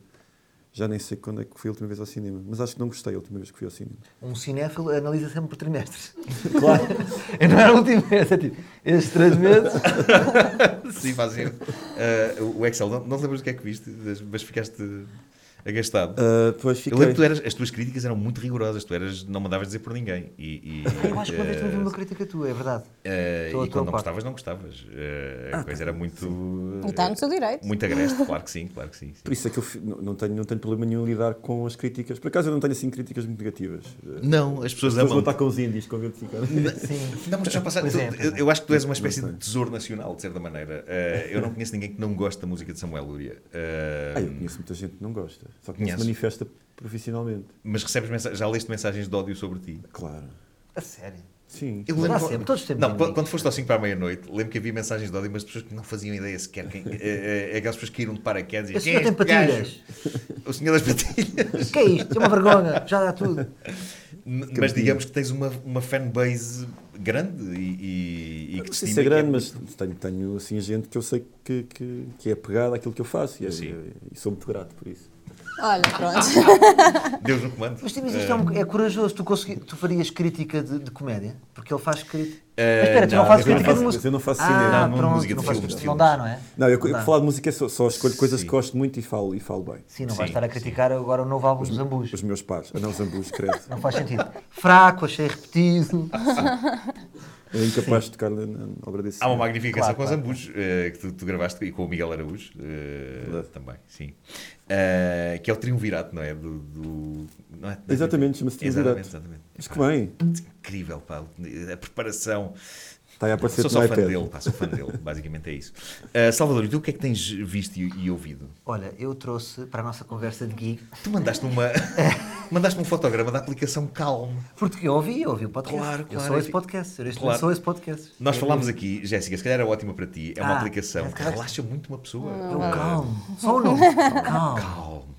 [SPEAKER 5] Já nem sei quando é que fui a última vez ao cinema, mas acho que não gostei a última vez que fui ao cinema.
[SPEAKER 6] Um cinéfilo analisa sempre por trimestres. Claro. Eu não era o último mês, é tipo, estes três meses.
[SPEAKER 3] Sim, faz sentido. Eh, o Excel, não, não te lembras do que é que viste, mas- mas ficaste eh, agastado.
[SPEAKER 5] Ah, pois fiquei.
[SPEAKER 3] Eu lembro que tu eras, as tuas críticas eram muito rigorosas, tu eras, não mandavas dizer por ninguém. E, e,
[SPEAKER 6] Eu acho que uma vez também vi
[SPEAKER 3] eh,
[SPEAKER 6] uma crítica tua, é verdade.
[SPEAKER 3] Eh,
[SPEAKER 6] Estou a
[SPEAKER 3] e quando não
[SPEAKER 6] par.
[SPEAKER 3] gostavas, não gostavas. Eh, a coisa era muito. eh,
[SPEAKER 4] Está no seu direito.
[SPEAKER 3] Muito agreste, claro que sim, claro que sim. sim.
[SPEAKER 5] Por isso é que eu fi- não, não tenho, não tenho problema nenhum em lidar com as críticas. Por acaso eu não tenho assim críticas muito negativas. As
[SPEAKER 3] Não, as pessoas
[SPEAKER 5] pessoas vão
[SPEAKER 3] amam.
[SPEAKER 5] estar com os índios, como eu te digo.
[SPEAKER 6] Sim.
[SPEAKER 3] Não, mas já passaste-
[SPEAKER 6] Pois é,
[SPEAKER 3] tu-
[SPEAKER 6] pois
[SPEAKER 3] eu,
[SPEAKER 6] é.
[SPEAKER 3] eu acho que tu és uma espécie de
[SPEAKER 5] sei.
[SPEAKER 3] tesouro nacional, de certa maneira. Eh, eu não conheço ninguém que não goste da música de Samuel Lúria. Eh,
[SPEAKER 5] Ah, eu conheço muita gente que não gosta, só que não se
[SPEAKER 3] Conheces?
[SPEAKER 5] manifesta profissionalmente.
[SPEAKER 3] mas recebes mensa- já leste mensagens de ódio sobre ti?
[SPEAKER 5] Claro.
[SPEAKER 6] A sério.
[SPEAKER 5] Sim.
[SPEAKER 3] Eu
[SPEAKER 6] Mas há
[SPEAKER 3] que-
[SPEAKER 6] sempre, todos temos
[SPEAKER 3] Não,
[SPEAKER 6] inimigos.
[SPEAKER 3] quando, quando foste ao 5 para a meia-noite, lembro que havia mensagens de ódio, mas de pessoas que não faziam ideia sequer. Quem, eh, eh, aquelas pessoas que caíram de paraquedas e
[SPEAKER 6] Esse
[SPEAKER 3] "Quem é
[SPEAKER 6] senhor tem
[SPEAKER 3] este gajo?"
[SPEAKER 6] patilhas.
[SPEAKER 3] O senhor das patilhas.
[SPEAKER 6] O que é isto? É uma vergonha. Já dá tudo.
[SPEAKER 3] N- Mas digamos que tens uma, uma fanbase grande e, e- e que
[SPEAKER 5] Não sei
[SPEAKER 3] distingue
[SPEAKER 5] se é grande,
[SPEAKER 3] aqui.
[SPEAKER 5] mas tenho, tenho assim, gente que eu sei que, que, que é pegada àquilo que eu faço e, é-
[SPEAKER 3] Sim.
[SPEAKER 5] e sou muito grato por isso.
[SPEAKER 4] Olha, pronto.
[SPEAKER 3] Deus no comando.
[SPEAKER 6] Mas, mas isto é, um- é corajoso. Tu, consegui- tu farias crítica de, de comédia? Porque ele faz crítica. mas espera, tu
[SPEAKER 3] não,
[SPEAKER 6] não,
[SPEAKER 3] mas
[SPEAKER 6] fazes
[SPEAKER 3] eu não
[SPEAKER 6] crítica de
[SPEAKER 5] faço-
[SPEAKER 6] música.
[SPEAKER 5] mas eu não faço
[SPEAKER 6] ah,
[SPEAKER 5] cinema.
[SPEAKER 3] Não, não,
[SPEAKER 6] pronto,
[SPEAKER 3] música de
[SPEAKER 6] não, fazes
[SPEAKER 3] filmes, de
[SPEAKER 6] crítica. não
[SPEAKER 3] filmes.
[SPEAKER 6] dá, não é?
[SPEAKER 5] Não, eu, eu
[SPEAKER 6] Não dá.
[SPEAKER 5] por falar de música só, só escolho coisas
[SPEAKER 3] Sim.
[SPEAKER 5] que gosto muito e falo, e falo bem.
[SPEAKER 6] Sim, não vais
[SPEAKER 3] Sim,
[SPEAKER 6] estar a criticar agora o novo álbum dos
[SPEAKER 5] Os
[SPEAKER 6] Zambus.
[SPEAKER 5] meus pais, ah não, Zambus, credo.
[SPEAKER 6] Não faz sentido. Fraco, achei repetido.
[SPEAKER 5] É incapaz de tocar na, na obra desse
[SPEAKER 3] Há uma
[SPEAKER 5] senhor.
[SPEAKER 3] magnífica canção
[SPEAKER 6] Claro,
[SPEAKER 3] com os
[SPEAKER 6] claro.
[SPEAKER 3] Ambus, eh, que tu, tu gravaste e com o Miguel Araújo eh,
[SPEAKER 5] Verdade.
[SPEAKER 3] também, sim. Eh, que é o triunvirato, não é? Do, do- não é?
[SPEAKER 5] Exatamente, chama-se
[SPEAKER 3] Exatamente,
[SPEAKER 5] Triunvirato.
[SPEAKER 3] exatamente. Ah,
[SPEAKER 5] Mas é? que bem,
[SPEAKER 3] Incrível, pá. A preparação.
[SPEAKER 5] está Tá aí a aparecer
[SPEAKER 3] sou
[SPEAKER 5] É no
[SPEAKER 3] só fã
[SPEAKER 5] iPad.
[SPEAKER 3] dele, pá, sou fã dele, basicamente é isso. Eh, Salvador, e tu o que é que tens visto e, e ouvido?
[SPEAKER 6] Olha, eu trouxe para a nossa conversa de gig.
[SPEAKER 3] Tu mandaste uma. mandaste um fotograma da aplicação Calm.
[SPEAKER 6] Porque eu ouvi, eu ouvi o podcast.
[SPEAKER 3] Claro,
[SPEAKER 6] Eu
[SPEAKER 3] claro.
[SPEAKER 6] sou esse podcast. Eu neste
[SPEAKER 3] Claro.
[SPEAKER 6] momento sou esse podcast.
[SPEAKER 3] Nós falámos aqui, Jéssica, se calhar é ótima para ti. É uma
[SPEAKER 6] Ah,
[SPEAKER 3] aplicação
[SPEAKER 6] mas
[SPEAKER 3] que
[SPEAKER 6] calhar-
[SPEAKER 3] relaxa muito uma pessoa.
[SPEAKER 4] Ah.
[SPEAKER 6] É o
[SPEAKER 3] Eh,
[SPEAKER 6] calmo. Só o nome. Calmo.
[SPEAKER 3] Calm.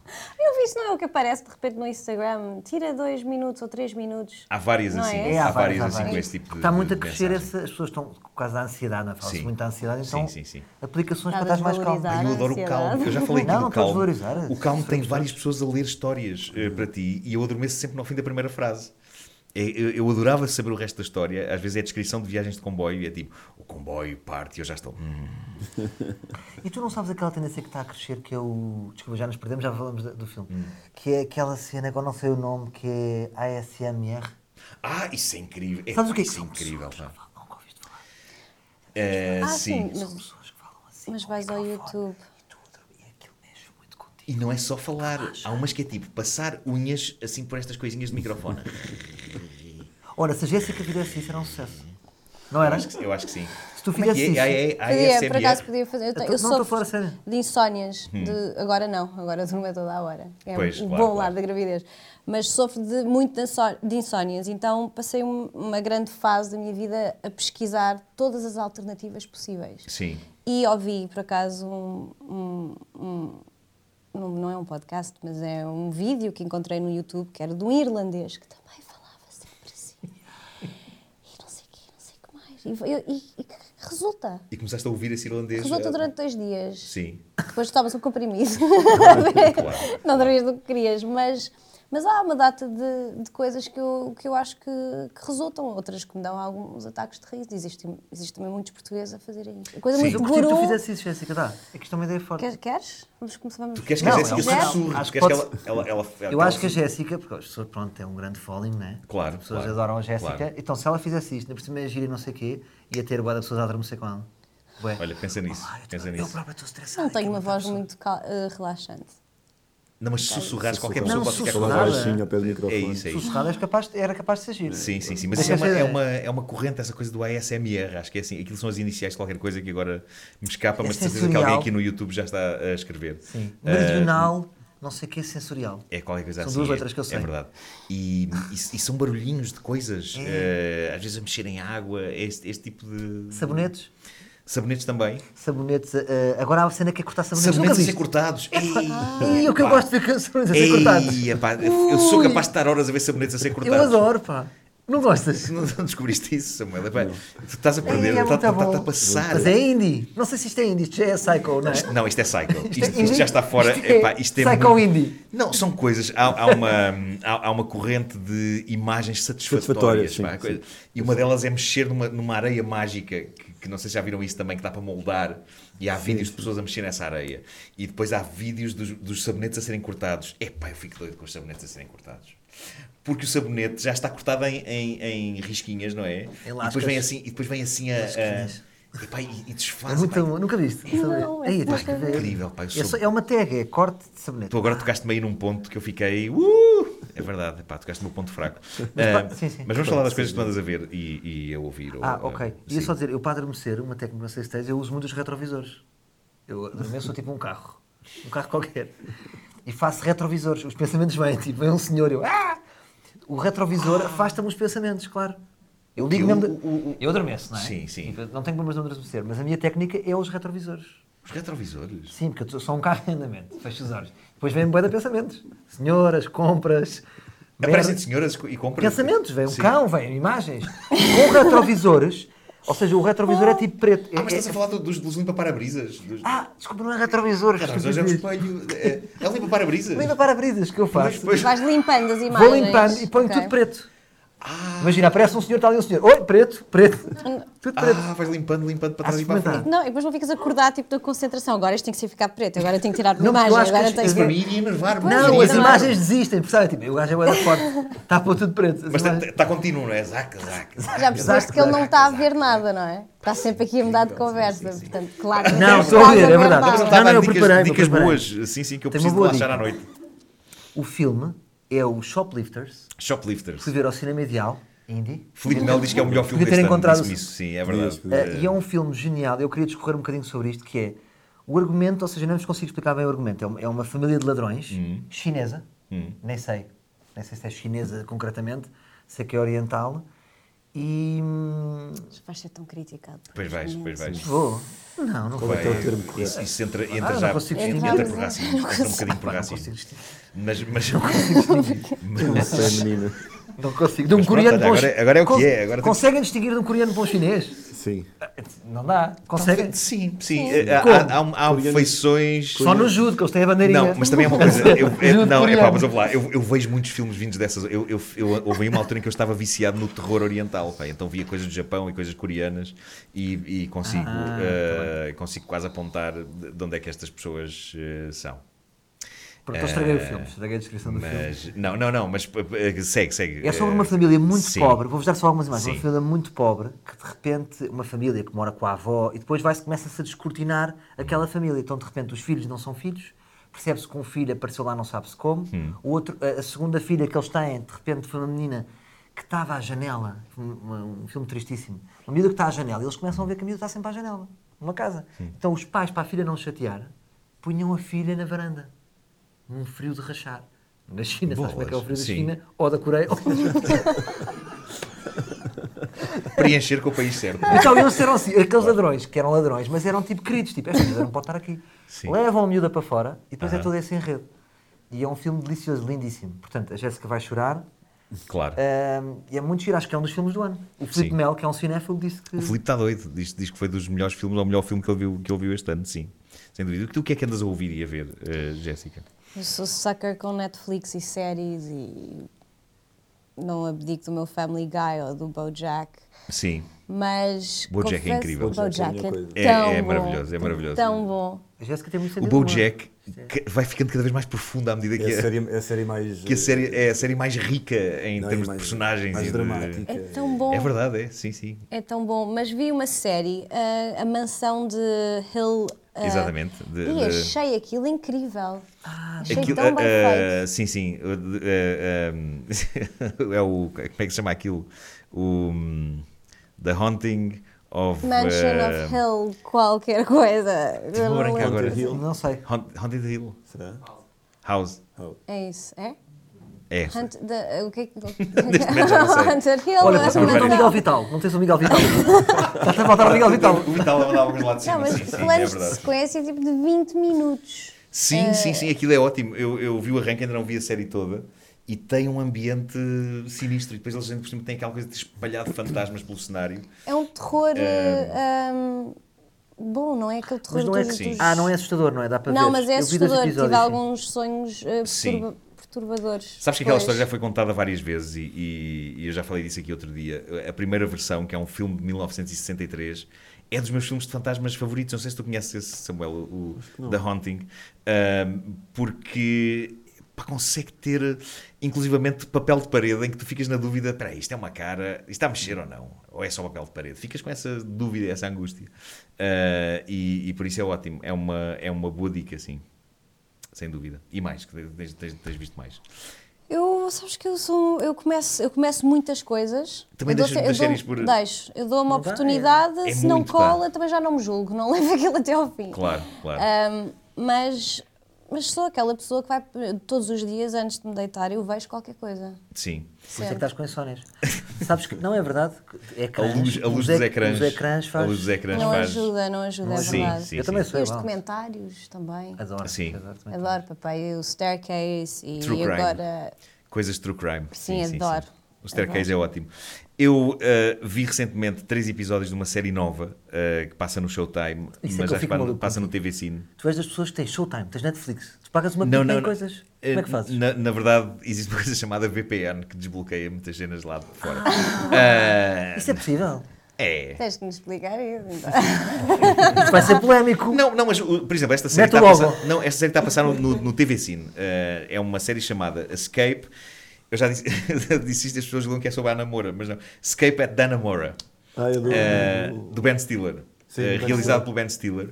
[SPEAKER 4] Eu vi isso, não é o que aparece de repente no Instagram. Tira dois minutos ou três minutos.
[SPEAKER 3] Há várias
[SPEAKER 4] Não
[SPEAKER 3] assim,
[SPEAKER 4] é? É,
[SPEAKER 3] há,
[SPEAKER 4] há
[SPEAKER 3] várias,
[SPEAKER 6] há
[SPEAKER 3] assim com
[SPEAKER 6] várias.
[SPEAKER 3] esse tipo de.
[SPEAKER 6] Está muito a
[SPEAKER 3] de
[SPEAKER 6] crescer,
[SPEAKER 3] mensagem.
[SPEAKER 6] essa, as pessoas estão por causa da ansiedade, não é? Fala-se
[SPEAKER 3] Sim.
[SPEAKER 6] muito da ansiedade, então
[SPEAKER 3] Sim, sim, sim.
[SPEAKER 6] aplicações
[SPEAKER 4] Nada
[SPEAKER 6] para estar mais calmo.
[SPEAKER 4] desvalorizar.
[SPEAKER 3] Pá, eu adoro o
[SPEAKER 4] ansiedade.
[SPEAKER 3] Calm. Eu já falei aqui
[SPEAKER 6] Não,
[SPEAKER 3] do
[SPEAKER 6] não estou a
[SPEAKER 3] Calm.
[SPEAKER 6] desvalorizar.
[SPEAKER 3] O Calm tem várias pessoas a ler histórias eh, para ti e eu adormeço sempre no fim da primeira frase. É, Eu, eu adorava saber o resto da história. Às vezes é a descrição de viagens de comboio e é tipo: o comboio parte e eu já estou. "Hum,
[SPEAKER 6] E tu não sabes aquela tendência que está a crescer, que é o. Desculpa, já nos perdemos, já falamos da- do filme.
[SPEAKER 3] Hum.
[SPEAKER 6] Que é aquela cena, agora não sei o nome, que é ASMR.
[SPEAKER 3] Ah, isso é incrível. É,
[SPEAKER 6] Sabes o que é que
[SPEAKER 3] isso é
[SPEAKER 6] são
[SPEAKER 3] incrível.
[SPEAKER 6] pessoas
[SPEAKER 3] pá.
[SPEAKER 6] que falam? Nunca ouviste falar.
[SPEAKER 3] Eh,
[SPEAKER 4] Ah,
[SPEAKER 3] sim.
[SPEAKER 4] sim,
[SPEAKER 6] São
[SPEAKER 4] mas,
[SPEAKER 6] pessoas que falam assim.
[SPEAKER 4] mas
[SPEAKER 6] com
[SPEAKER 4] vais ao
[SPEAKER 6] microfone
[SPEAKER 4] YouTube.
[SPEAKER 6] E tu outra- e aquilo mexe muito
[SPEAKER 3] E
[SPEAKER 6] contigo.
[SPEAKER 3] não é só falar. Há umas que é tipo passar unhas assim por estas coisinhas de microfone.
[SPEAKER 6] Ora, se a Jéssica fizesse isso, era um sucesso. Não era?
[SPEAKER 3] Acho que- Eu acho que sim.
[SPEAKER 6] Se tu
[SPEAKER 3] Como é que
[SPEAKER 6] fizesse
[SPEAKER 3] é?
[SPEAKER 6] isso-
[SPEAKER 3] Ah, é,
[SPEAKER 4] Podia,
[SPEAKER 3] ASMR.
[SPEAKER 4] por acaso podia fazer. Eu, te-
[SPEAKER 6] Eu tô-
[SPEAKER 4] eu
[SPEAKER 6] não, tô a
[SPEAKER 4] sofro
[SPEAKER 6] falar sério.
[SPEAKER 4] de insónias. de- agora não, agora durmo a toda a hora. É
[SPEAKER 3] Hum. Pois,
[SPEAKER 4] o
[SPEAKER 3] claro,
[SPEAKER 4] bom
[SPEAKER 3] claro.
[SPEAKER 4] lado da gravidez. Mas sofro de muito de insó- de insónias, então passei um- uma grande fase da minha vida a pesquisar todas as alternativas possíveis.
[SPEAKER 3] Sim.
[SPEAKER 4] E ouvi, por acaso, um- um- um- não, não é um podcast, mas é um vídeo que encontrei no YouTube, que era de um irlandês, que também falava sempre assim. E não sei o quê, não sei o que mais. E, e- e que resulta.
[SPEAKER 3] E começaste a ouvir esse irlandês.
[SPEAKER 4] Resulta
[SPEAKER 6] é
[SPEAKER 3] eh,
[SPEAKER 4] durante dois dias.
[SPEAKER 3] Sim.
[SPEAKER 4] Depois tomas um comprimido.
[SPEAKER 3] Claro.
[SPEAKER 4] não dormias do que querias, mas, mas há uma data de, de coisas que eu, que eu acho que, que resultam, outras que me dão alguns ataques de riso. Existem existe também muitos portugueses a fazerem isto. Coisa
[SPEAKER 3] Sim.
[SPEAKER 6] Eu
[SPEAKER 4] muito
[SPEAKER 6] gostei que tu
[SPEAKER 4] guru.
[SPEAKER 6] fizesse isso, Jéssica, dá. É que isto é uma ideia forte.
[SPEAKER 4] Queres? queres? Vamos começar. Vamos
[SPEAKER 3] Tu queres que
[SPEAKER 6] Não,
[SPEAKER 3] a
[SPEAKER 6] é
[SPEAKER 3] Jéssica
[SPEAKER 6] um geral.
[SPEAKER 3] sussurre?
[SPEAKER 6] Acho
[SPEAKER 3] Tu
[SPEAKER 6] que
[SPEAKER 3] queres que
[SPEAKER 6] pode-
[SPEAKER 3] ela, ela, ela,
[SPEAKER 6] Eu acho que a Jéssica, porque as pessoas, pronto, tem um grande following, né?
[SPEAKER 3] Claro,
[SPEAKER 6] As pessoas
[SPEAKER 3] claro,
[SPEAKER 6] adoram a Jéssica.
[SPEAKER 3] claro.
[SPEAKER 6] Então, se ela fizesse isto, na próxima gira e não sei o quê, ia ter boa de pessoas a adormecer com ela. Bué.
[SPEAKER 3] assim, Olha, pensa nisso,
[SPEAKER 6] Olá, Ah, eu tô-
[SPEAKER 3] pensa
[SPEAKER 6] eu
[SPEAKER 3] nisso.
[SPEAKER 6] própria estou estressada.
[SPEAKER 4] Não tenho
[SPEAKER 6] que
[SPEAKER 4] uma
[SPEAKER 6] tá
[SPEAKER 4] voz
[SPEAKER 6] pessoa-
[SPEAKER 4] muito cal- eh, relaxante.
[SPEAKER 3] Não, mas sussurrares qualquer pessoa
[SPEAKER 6] Não,
[SPEAKER 3] pode ficar com
[SPEAKER 5] Falar
[SPEAKER 6] sussurrar,
[SPEAKER 3] voz.
[SPEAKER 5] baixinho ao pé do
[SPEAKER 3] É
[SPEAKER 5] microfone.
[SPEAKER 3] isso, é isso.
[SPEAKER 6] Sussurrada és capaz, de- era capaz de ser giro.
[SPEAKER 3] Sim, sim, sim. Mas isso é
[SPEAKER 6] Deixa
[SPEAKER 3] uma,
[SPEAKER 6] eu
[SPEAKER 3] é,
[SPEAKER 6] ver.
[SPEAKER 3] uma, é uma corrente, essa coisa do ASMR. Acho que é assim. Aquilo são as iniciais de qualquer coisa que agora me escapa,
[SPEAKER 6] É
[SPEAKER 3] mas de certeza que alguém
[SPEAKER 6] sensorial.
[SPEAKER 3] aqui no YouTube já está a escrever.
[SPEAKER 6] Sim.
[SPEAKER 3] Ah,
[SPEAKER 6] Meridional, não sei o quê, sensorial.
[SPEAKER 3] é qualquer coisa
[SPEAKER 6] São
[SPEAKER 3] assim.
[SPEAKER 6] duas
[SPEAKER 3] é-
[SPEAKER 6] letras que eu sei.
[SPEAKER 3] É verdade. E, e- e são barulhinhos de coisas.
[SPEAKER 6] É.
[SPEAKER 3] ah, às vezes a mexer em água. é Este, este tipo de.
[SPEAKER 6] Sabonetes?
[SPEAKER 3] Sabonetes também.
[SPEAKER 6] Sabonetes. eh, agora há uma cena que é cortar sabonetes.
[SPEAKER 3] Sabonetes a
[SPEAKER 6] Nunca
[SPEAKER 3] ser
[SPEAKER 6] viste?
[SPEAKER 3] cortados.
[SPEAKER 6] Ih, o que eu
[SPEAKER 3] pá.
[SPEAKER 6] gosto de ver sabonetes a ser cortados.
[SPEAKER 3] Ei, epá, eu sou capaz de estar horas a ver sabonetes a ser
[SPEAKER 6] Eu
[SPEAKER 3] cortados.
[SPEAKER 6] adoro, pá. Não gostas?
[SPEAKER 3] Não, não descobriste isso, Samuel. Epá, tu estás a perder,
[SPEAKER 6] Ei, é
[SPEAKER 3] está-
[SPEAKER 6] muito
[SPEAKER 3] está-
[SPEAKER 6] bom.
[SPEAKER 3] está tá- a passar.
[SPEAKER 6] Mas é indie. Não sei se isto é indie, isto já é psycho, não é?
[SPEAKER 3] Isto- Não, isto é psycho. Isto,
[SPEAKER 6] é
[SPEAKER 3] isto
[SPEAKER 6] indie?
[SPEAKER 3] já está fora.
[SPEAKER 6] Isto é
[SPEAKER 3] epá, isto é
[SPEAKER 6] psycho
[SPEAKER 3] muito-
[SPEAKER 6] indie.
[SPEAKER 3] Não, são coisas. Há, há uma, há, há uma corrente de imagens satisfatórias.
[SPEAKER 5] Satisfatórias, sim,
[SPEAKER 3] pá, coisa-
[SPEAKER 5] sim.
[SPEAKER 3] E uma delas é mexer numa, numa areia mágica, que, que não sei se já viram isso também, que dá para moldar. E há vídeos de pessoas a mexer nessa areia. E depois há vídeos dos, dos sabonetes a serem cortados. Epá, eu fico doido com os sabonetes a serem cortados. Porque o sabonete já está cortado em, em, em risquinhas, não é? e depois
[SPEAKER 6] lascas.
[SPEAKER 3] vem assim, e depois vem assim a.
[SPEAKER 6] Lasquinhas.
[SPEAKER 3] a- epá, e, e desfaz.
[SPEAKER 6] É muito
[SPEAKER 3] epá,
[SPEAKER 6] bom. Nunca viste?
[SPEAKER 4] Não,
[SPEAKER 6] Aí,
[SPEAKER 4] esse
[SPEAKER 6] tens que
[SPEAKER 4] nunca
[SPEAKER 6] ver.
[SPEAKER 3] Incrível, pá, eu
[SPEAKER 6] É,
[SPEAKER 3] sou-
[SPEAKER 6] só- é uma tag, é corte de sabonete.
[SPEAKER 3] Tu agora tocaste-me aí num ponto que eu fiquei. Uh! É verdade, pá, tocaste-me um ponto fraco. Ah,
[SPEAKER 6] pá, sim, sim.
[SPEAKER 3] mas vamos falar das coisas que tu andas a ver e, e a ouvir. ou,
[SPEAKER 6] Ah,
[SPEAKER 3] ah,
[SPEAKER 6] ok.
[SPEAKER 3] sim.
[SPEAKER 6] Ia só dizer, eu para adormecer, uma técnica, não sei se tens, eu uso muito os retrovisores. Eu adormeço, sou tipo um carro. Um carro qualquer. E faço retrovisores. Os pensamentos vêm, tipo, vem um senhor e eu... Ah! O retrovisor afasta-me os pensamentos, claro. Eu ligo
[SPEAKER 3] Ah. o-
[SPEAKER 6] mesmo... de- Eu adormeço, não é?
[SPEAKER 3] Sim, sim.
[SPEAKER 6] Tipo, Não tenho problemas de adormecer, mas a minha técnica é os retrovisores.
[SPEAKER 3] Os retrovisores.
[SPEAKER 6] Sim, porque eu sou um carro em andamento. Fecho os olhos. Depois vem-me bué de pensamentos. Senhoras, compras,
[SPEAKER 3] Aparecem de senhoras e compram.
[SPEAKER 6] Pensamentos, vem um
[SPEAKER 3] Sim.
[SPEAKER 6] cão, vem imagens. Com retrovisores, ou seja, o retrovisor é tipo preto. É-
[SPEAKER 3] Ah, mas
[SPEAKER 6] é-
[SPEAKER 3] estás a falar do- dos, dos limpa-parabrisas. Dos...
[SPEAKER 6] Ah, desculpa, não é retrovisor.
[SPEAKER 3] Cara, mas hoje é um
[SPEAKER 6] estúpido.
[SPEAKER 3] espelho. É, é um limpa-parabrisas.
[SPEAKER 6] Limpa para-brisas que eu faço.
[SPEAKER 3] Pois,
[SPEAKER 4] Vais limpando as imagens.
[SPEAKER 6] Vou limpando e ponho
[SPEAKER 4] Ok.
[SPEAKER 6] tudo preto.
[SPEAKER 3] Ah.
[SPEAKER 6] Imagina, aparece um senhor, está ali um senhor. Oi, preto, preto. Tudo preto.
[SPEAKER 3] ah, vais limpando, limpando para
[SPEAKER 6] Há
[SPEAKER 3] trás
[SPEAKER 6] de
[SPEAKER 3] e para a
[SPEAKER 6] experimentar.
[SPEAKER 3] frente.
[SPEAKER 4] Não, e depois não ficas acordado tipo da concentração. Agora isto tem que ser ficar preto, agora eu tenho que tirar uma
[SPEAKER 6] Não, porque eu
[SPEAKER 4] imagem.
[SPEAKER 6] acho que
[SPEAKER 4] Agora
[SPEAKER 6] as-
[SPEAKER 4] tenho
[SPEAKER 6] as
[SPEAKER 3] Para
[SPEAKER 4] que.
[SPEAKER 3] mim, ia enervar.
[SPEAKER 4] Pois,
[SPEAKER 6] Não,
[SPEAKER 4] Sim,
[SPEAKER 6] as
[SPEAKER 4] claro.
[SPEAKER 6] imagens desistem, percebem? Tipo, o gajo é bué da forte. Está a pôr tudo preto. As
[SPEAKER 3] Mas
[SPEAKER 6] imagens-
[SPEAKER 3] está contínuo, não é? Zaca, zaca. zaca,
[SPEAKER 4] Já percebeste
[SPEAKER 3] zaca,
[SPEAKER 4] que ele não
[SPEAKER 3] zaca,
[SPEAKER 6] tá
[SPEAKER 4] está a
[SPEAKER 3] zaca.
[SPEAKER 4] ver nada, não é? Está sempre aqui a mudar de conversa. Portanto, claro.
[SPEAKER 6] Não,
[SPEAKER 4] não
[SPEAKER 6] estou a
[SPEAKER 4] estás
[SPEAKER 6] ver, é
[SPEAKER 4] ver
[SPEAKER 6] verdade.
[SPEAKER 4] nada.
[SPEAKER 3] Mas ele
[SPEAKER 6] Não,
[SPEAKER 3] estava
[SPEAKER 6] não,
[SPEAKER 3] a dar
[SPEAKER 6] eu
[SPEAKER 3] dicas,
[SPEAKER 6] preparei-me,
[SPEAKER 3] dicas
[SPEAKER 6] eu preparei.
[SPEAKER 3] boas. Sim, sim, que eu
[SPEAKER 6] Tem
[SPEAKER 3] preciso de
[SPEAKER 6] uma boa
[SPEAKER 3] relaxar à
[SPEAKER 6] dica.
[SPEAKER 3] noite.
[SPEAKER 6] O filme é o Shoplifters.
[SPEAKER 3] Shoplifters.
[SPEAKER 6] Fui ver ao cinema ideal, indie.
[SPEAKER 3] Felipe Melo diz que é o melhor filme
[SPEAKER 6] Devia ter
[SPEAKER 3] deste ano.
[SPEAKER 6] encontrado
[SPEAKER 3] Disse-me
[SPEAKER 6] o-
[SPEAKER 3] isso, sim, é verdade.
[SPEAKER 5] Devias,
[SPEAKER 6] Eh, e é um filme genial. Eu queria discorrer um bocadinho sobre isto, que é o argumento, ou seja, não vos consigo explicar bem o argumento. É uma, é uma família de ladrões
[SPEAKER 3] Hum.
[SPEAKER 6] chinesa, nem sei, nem sei se é chinesa concretamente, sei que é oriental. E hum,
[SPEAKER 4] Vais ser tão criticado.
[SPEAKER 3] Pois vais, pois vais. Eh,
[SPEAKER 6] vou. Não, não vou.
[SPEAKER 5] é que é o termo correto?
[SPEAKER 3] Isso, isso entra,
[SPEAKER 6] Ah,
[SPEAKER 3] entra
[SPEAKER 6] não
[SPEAKER 3] já
[SPEAKER 6] consigo
[SPEAKER 3] entra,
[SPEAKER 4] distinguir.
[SPEAKER 3] por racismo, entra um bocadinho
[SPEAKER 6] Ah,
[SPEAKER 3] por racismo. Mas, mas,
[SPEAKER 5] Não
[SPEAKER 3] mas
[SPEAKER 5] sei, menina.
[SPEAKER 6] Não consigo. De um
[SPEAKER 3] Mas pronto,
[SPEAKER 6] coreano
[SPEAKER 3] olha,
[SPEAKER 6] para um
[SPEAKER 3] agora-
[SPEAKER 6] chi-
[SPEAKER 3] agora é o que
[SPEAKER 6] Cons-
[SPEAKER 3] é, agora tem-
[SPEAKER 6] Conseguem distinguir de um coreano para um chinês?
[SPEAKER 5] Sim.
[SPEAKER 6] Não dá. Conseguem.
[SPEAKER 3] sim, sim. eh,
[SPEAKER 6] Como?
[SPEAKER 3] Há, há, há feições.
[SPEAKER 6] Só no judo, que eles têm a bandeirinha.
[SPEAKER 3] Não, mas também é uma coisa. Eu, eu-
[SPEAKER 6] Judo
[SPEAKER 3] não, é pá,
[SPEAKER 6] coreano.
[SPEAKER 3] mas vamos lá. Eu, eu vejo muitos filmes vindos dessas. Eu, eu, eu, houve aí uma altura em que eu estava viciado no terror oriental. pá, então via coisas do Japão e coisas coreanas e, e consigo,
[SPEAKER 6] Ah, tá
[SPEAKER 3] eh, consigo quase apontar de de onde é que estas pessoas eh, são.
[SPEAKER 6] Pronto, eu estraguei o filme, estraguei a descrição do filme.
[SPEAKER 3] Mas, não, não, não, mas eh, segue, segue.
[SPEAKER 6] É sobre
[SPEAKER 3] eh,
[SPEAKER 6] uma família muito
[SPEAKER 3] sim.
[SPEAKER 6] pobre, vou-vos dar só algumas imagens,
[SPEAKER 3] Sim.
[SPEAKER 6] uma família muito pobre, que de repente, uma família que mora com a avó, e depois vai-se, começa-se a descortinar aquela família, então de repente os filhos não são filhos, percebe-se que um filho apareceu lá não sabe-se como,
[SPEAKER 3] Hum.
[SPEAKER 6] o outro, a, a segunda filha que eles têm, de repente foi uma menina que estava à janela, um, um- um filme tristíssimo, uma menina que está à janela, e eles começam a ver que a menina está sempre à janela, numa casa. Então os pais, para a filha não se chatear, punham a filha na varanda, num frio de rachar. Na China, sabes como é que é o frio da
[SPEAKER 3] Sim.
[SPEAKER 6] China? Ou da Coreia, ou da
[SPEAKER 3] Preencher com o país certo. é?
[SPEAKER 6] Então eles eram assim, aqueles ladrões, que eram ladrões, mas eram tipo queridos, tipo, esta miúda não pode estar aqui.
[SPEAKER 3] Sim.
[SPEAKER 6] Levam a miúda para fora e depois é
[SPEAKER 3] Aham.
[SPEAKER 6] todo esse enredo. E é um filme delicioso, lindíssimo. Portanto, a Jéssica vai chorar
[SPEAKER 3] Claro.
[SPEAKER 6] ahm, e é muito giro, acho que é um dos filmes do ano. O Filipe
[SPEAKER 3] Sim.
[SPEAKER 6] Mel, que é um cinéfilo, disse que.
[SPEAKER 3] O Filipe está doido, diz, diz que foi dos melhores filmes, ou o melhor filme que ele viu, que ele viu este ano, sim. Sem dúvida. Tu o que é que andas a ouvir e a ver, eh, Jéssica?
[SPEAKER 4] Eu sou sucker com Netflix e séries e não abdico do meu Family Guy ou do BoJack,
[SPEAKER 3] Sim.
[SPEAKER 4] mas
[SPEAKER 3] BoJack é
[SPEAKER 4] confesso-
[SPEAKER 3] incrível.
[SPEAKER 5] BoJack é a
[SPEAKER 4] BoJack
[SPEAKER 5] minha
[SPEAKER 4] é,
[SPEAKER 5] coisa.
[SPEAKER 3] É-
[SPEAKER 4] tão
[SPEAKER 3] é
[SPEAKER 4] bom,
[SPEAKER 3] maravilhoso, é maravilhoso.
[SPEAKER 4] Tão bom.
[SPEAKER 6] A Jéssica tem muito
[SPEAKER 3] O
[SPEAKER 6] sentido. de humor.
[SPEAKER 3] BoJack que vai ficando cada vez mais profundo à medida
[SPEAKER 5] É a
[SPEAKER 3] que, a,
[SPEAKER 5] série, é a série mais.
[SPEAKER 3] que a série é a série mais rica em
[SPEAKER 5] não, é
[SPEAKER 3] termos
[SPEAKER 5] mais-
[SPEAKER 3] de personagens.
[SPEAKER 5] mais
[SPEAKER 3] e de-
[SPEAKER 5] dramática.
[SPEAKER 4] É tão bom.
[SPEAKER 3] É verdade, é, sim, sim.
[SPEAKER 4] É tão bom, mas vi uma série, eh, a, a mansão de Hill. ah,
[SPEAKER 3] Exatamente. De-
[SPEAKER 4] e
[SPEAKER 3] de-
[SPEAKER 4] achei aquilo incrível. achei
[SPEAKER 3] Aquilo-
[SPEAKER 4] tão Então bem
[SPEAKER 3] ah,
[SPEAKER 4] feito.
[SPEAKER 3] ah, sim, sim. Uh, de- ah, ah, é o. Como é que se chama aquilo? O. hum, The Haunting of.
[SPEAKER 4] Mansion
[SPEAKER 3] ah,
[SPEAKER 4] of Hill, qualquer coisa.
[SPEAKER 3] Tive uma
[SPEAKER 4] Eu não
[SPEAKER 3] branca
[SPEAKER 4] lembro.
[SPEAKER 3] agora.
[SPEAKER 6] Não sei.
[SPEAKER 3] Haunt- Haunted Hill.
[SPEAKER 5] Será?
[SPEAKER 3] House.
[SPEAKER 4] É isso, é?
[SPEAKER 3] É.
[SPEAKER 4] Hunt, the, o que é que.
[SPEAKER 3] momento já não sei.
[SPEAKER 4] Hunter Hill.
[SPEAKER 6] Olha,
[SPEAKER 4] a
[SPEAKER 6] passa o nome do
[SPEAKER 4] mansão.
[SPEAKER 6] Miguel Vital. Não tens o Miguel Vital. Está a faltar o Miguel Vital.
[SPEAKER 3] O Vital mandava alguns lá de cima.
[SPEAKER 4] Não, mas
[SPEAKER 3] sim, sim, é
[SPEAKER 4] planos de
[SPEAKER 3] verdade.
[SPEAKER 4] sequência tipo de 20 minutos.
[SPEAKER 3] Sim,
[SPEAKER 4] eh,
[SPEAKER 3] sim, sim, aquilo é ótimo. Eu, eu vi o arranque, ainda não vi a série toda. E tem um ambiente sinistro. E depois eles ainda por cima têm aquela coisa de espalhar de fantasmas pelo cenário.
[SPEAKER 4] É um terror. eh, hum, bom, não é aquele terror
[SPEAKER 6] Mas não é
[SPEAKER 4] dos-
[SPEAKER 3] Sim.
[SPEAKER 4] dos-
[SPEAKER 6] Ah, não é assustador, não é? Dá para ver.
[SPEAKER 4] Não, mas é
[SPEAKER 6] Eu vi dois
[SPEAKER 4] assustador.
[SPEAKER 6] episódios,
[SPEAKER 4] Tive
[SPEAKER 6] sim.
[SPEAKER 4] alguns sonhos eh,
[SPEAKER 3] Sim.
[SPEAKER 4] perturba- perturbadores.
[SPEAKER 3] Sabes que aquela
[SPEAKER 4] depois.
[SPEAKER 3] história já foi contada várias vezes e, e- e eu já falei disso aqui outro dia. A primeira versão, que é um filme de 1963, é dos meus filmes de fantasmas favoritos. Não sei se tu conheces esse, Samuel, o The Haunting, ahm, porque pá, consegue ter, inclusivamente, papel de parede em que tu ficas na dúvida: peraí, isto é uma cara, isto está a mexer ou não? Ou é só papel de parede? Ficas com essa dúvida, essa angústia. Ah, e, e por isso é ótimo. É uma, é uma boa dica, sim. Sem dúvida. E mais, que tens- tens- tens visto mais.
[SPEAKER 4] Eu, sabes que eu sou, eu começo, eu começo muitas coisas.
[SPEAKER 3] Também
[SPEAKER 4] eu dou-
[SPEAKER 3] deixas muitas séries por-
[SPEAKER 4] Deixo, eu dou uma
[SPEAKER 6] Não dá, é.
[SPEAKER 4] oportunidade,
[SPEAKER 3] É
[SPEAKER 4] se não
[SPEAKER 3] muito,
[SPEAKER 4] cola,
[SPEAKER 3] pá.
[SPEAKER 4] também já não me julgo, não levo aquilo até ao fim.
[SPEAKER 3] Claro, claro.
[SPEAKER 6] Ah,
[SPEAKER 4] Ahm, mas, mas sou aquela pessoa que vai todos os dias, antes de me deitar, eu vejo qualquer coisa.
[SPEAKER 3] Sim.
[SPEAKER 6] Por isso é que estás com insónias. Sabes que não é verdade?
[SPEAKER 3] A
[SPEAKER 6] Ecrãs,
[SPEAKER 3] luz, a
[SPEAKER 6] os
[SPEAKER 3] luz
[SPEAKER 6] ec-
[SPEAKER 3] dos ecrãs.
[SPEAKER 6] Os ecrãs faz.
[SPEAKER 3] A luz dos ecrãs
[SPEAKER 4] não
[SPEAKER 3] faz.
[SPEAKER 4] ajuda, não ajuda, é
[SPEAKER 3] Sim,
[SPEAKER 4] verdade.
[SPEAKER 3] sim,
[SPEAKER 6] Eu
[SPEAKER 3] sim.
[SPEAKER 6] também sou
[SPEAKER 4] E os
[SPEAKER 6] igual.
[SPEAKER 4] documentários também.
[SPEAKER 6] Adoro.
[SPEAKER 3] Sim.
[SPEAKER 6] Adoro, também.
[SPEAKER 4] Adoro, papai, o Staircase e
[SPEAKER 3] True crime.
[SPEAKER 4] agora
[SPEAKER 3] Coisas de true crime.
[SPEAKER 4] Sim, adoro.
[SPEAKER 3] O Staircase é ótimo. Eu eh, vi recentemente três episódios de uma série nova eh, que passa no Showtime,
[SPEAKER 6] Isso é que eu
[SPEAKER 3] mas acho
[SPEAKER 6] fico
[SPEAKER 3] que pa-
[SPEAKER 6] maluco
[SPEAKER 3] passa no
[SPEAKER 6] contigo.
[SPEAKER 3] TV Cine.
[SPEAKER 6] Tu és das pessoas que tens Showtime, tens Netflix, tu pagas uma
[SPEAKER 3] Não,
[SPEAKER 6] pipa
[SPEAKER 3] não,
[SPEAKER 6] em
[SPEAKER 3] não.
[SPEAKER 6] coisas.
[SPEAKER 3] Eh,
[SPEAKER 6] Como é que fazes?
[SPEAKER 3] Na, na verdade, existe uma coisa chamada VPN que desbloqueia muitas cenas lá de fora. Ah,
[SPEAKER 6] Isso é possível.
[SPEAKER 3] é.
[SPEAKER 4] Tens que nos explicar isso. então.
[SPEAKER 6] Isso vai ser polémico.
[SPEAKER 3] Não, não, mas o- por exemplo, esta série
[SPEAKER 6] Mete o
[SPEAKER 3] está a
[SPEAKER 6] logo.
[SPEAKER 3] passar, não, esta série está a passar no, no- no TV Cine. Eh, é uma série chamada Escape. Eu já disse, eu disse isto, as pessoas julgam que é sobre a Namora, mas não. Escape at Danamora,
[SPEAKER 5] Ah, é do-
[SPEAKER 3] eh,
[SPEAKER 5] do-
[SPEAKER 3] do Ben Stiller.
[SPEAKER 5] Sim,
[SPEAKER 3] Eh,
[SPEAKER 5] do Ben
[SPEAKER 3] realizado
[SPEAKER 5] Stiller.
[SPEAKER 3] pelo Ben Stiller.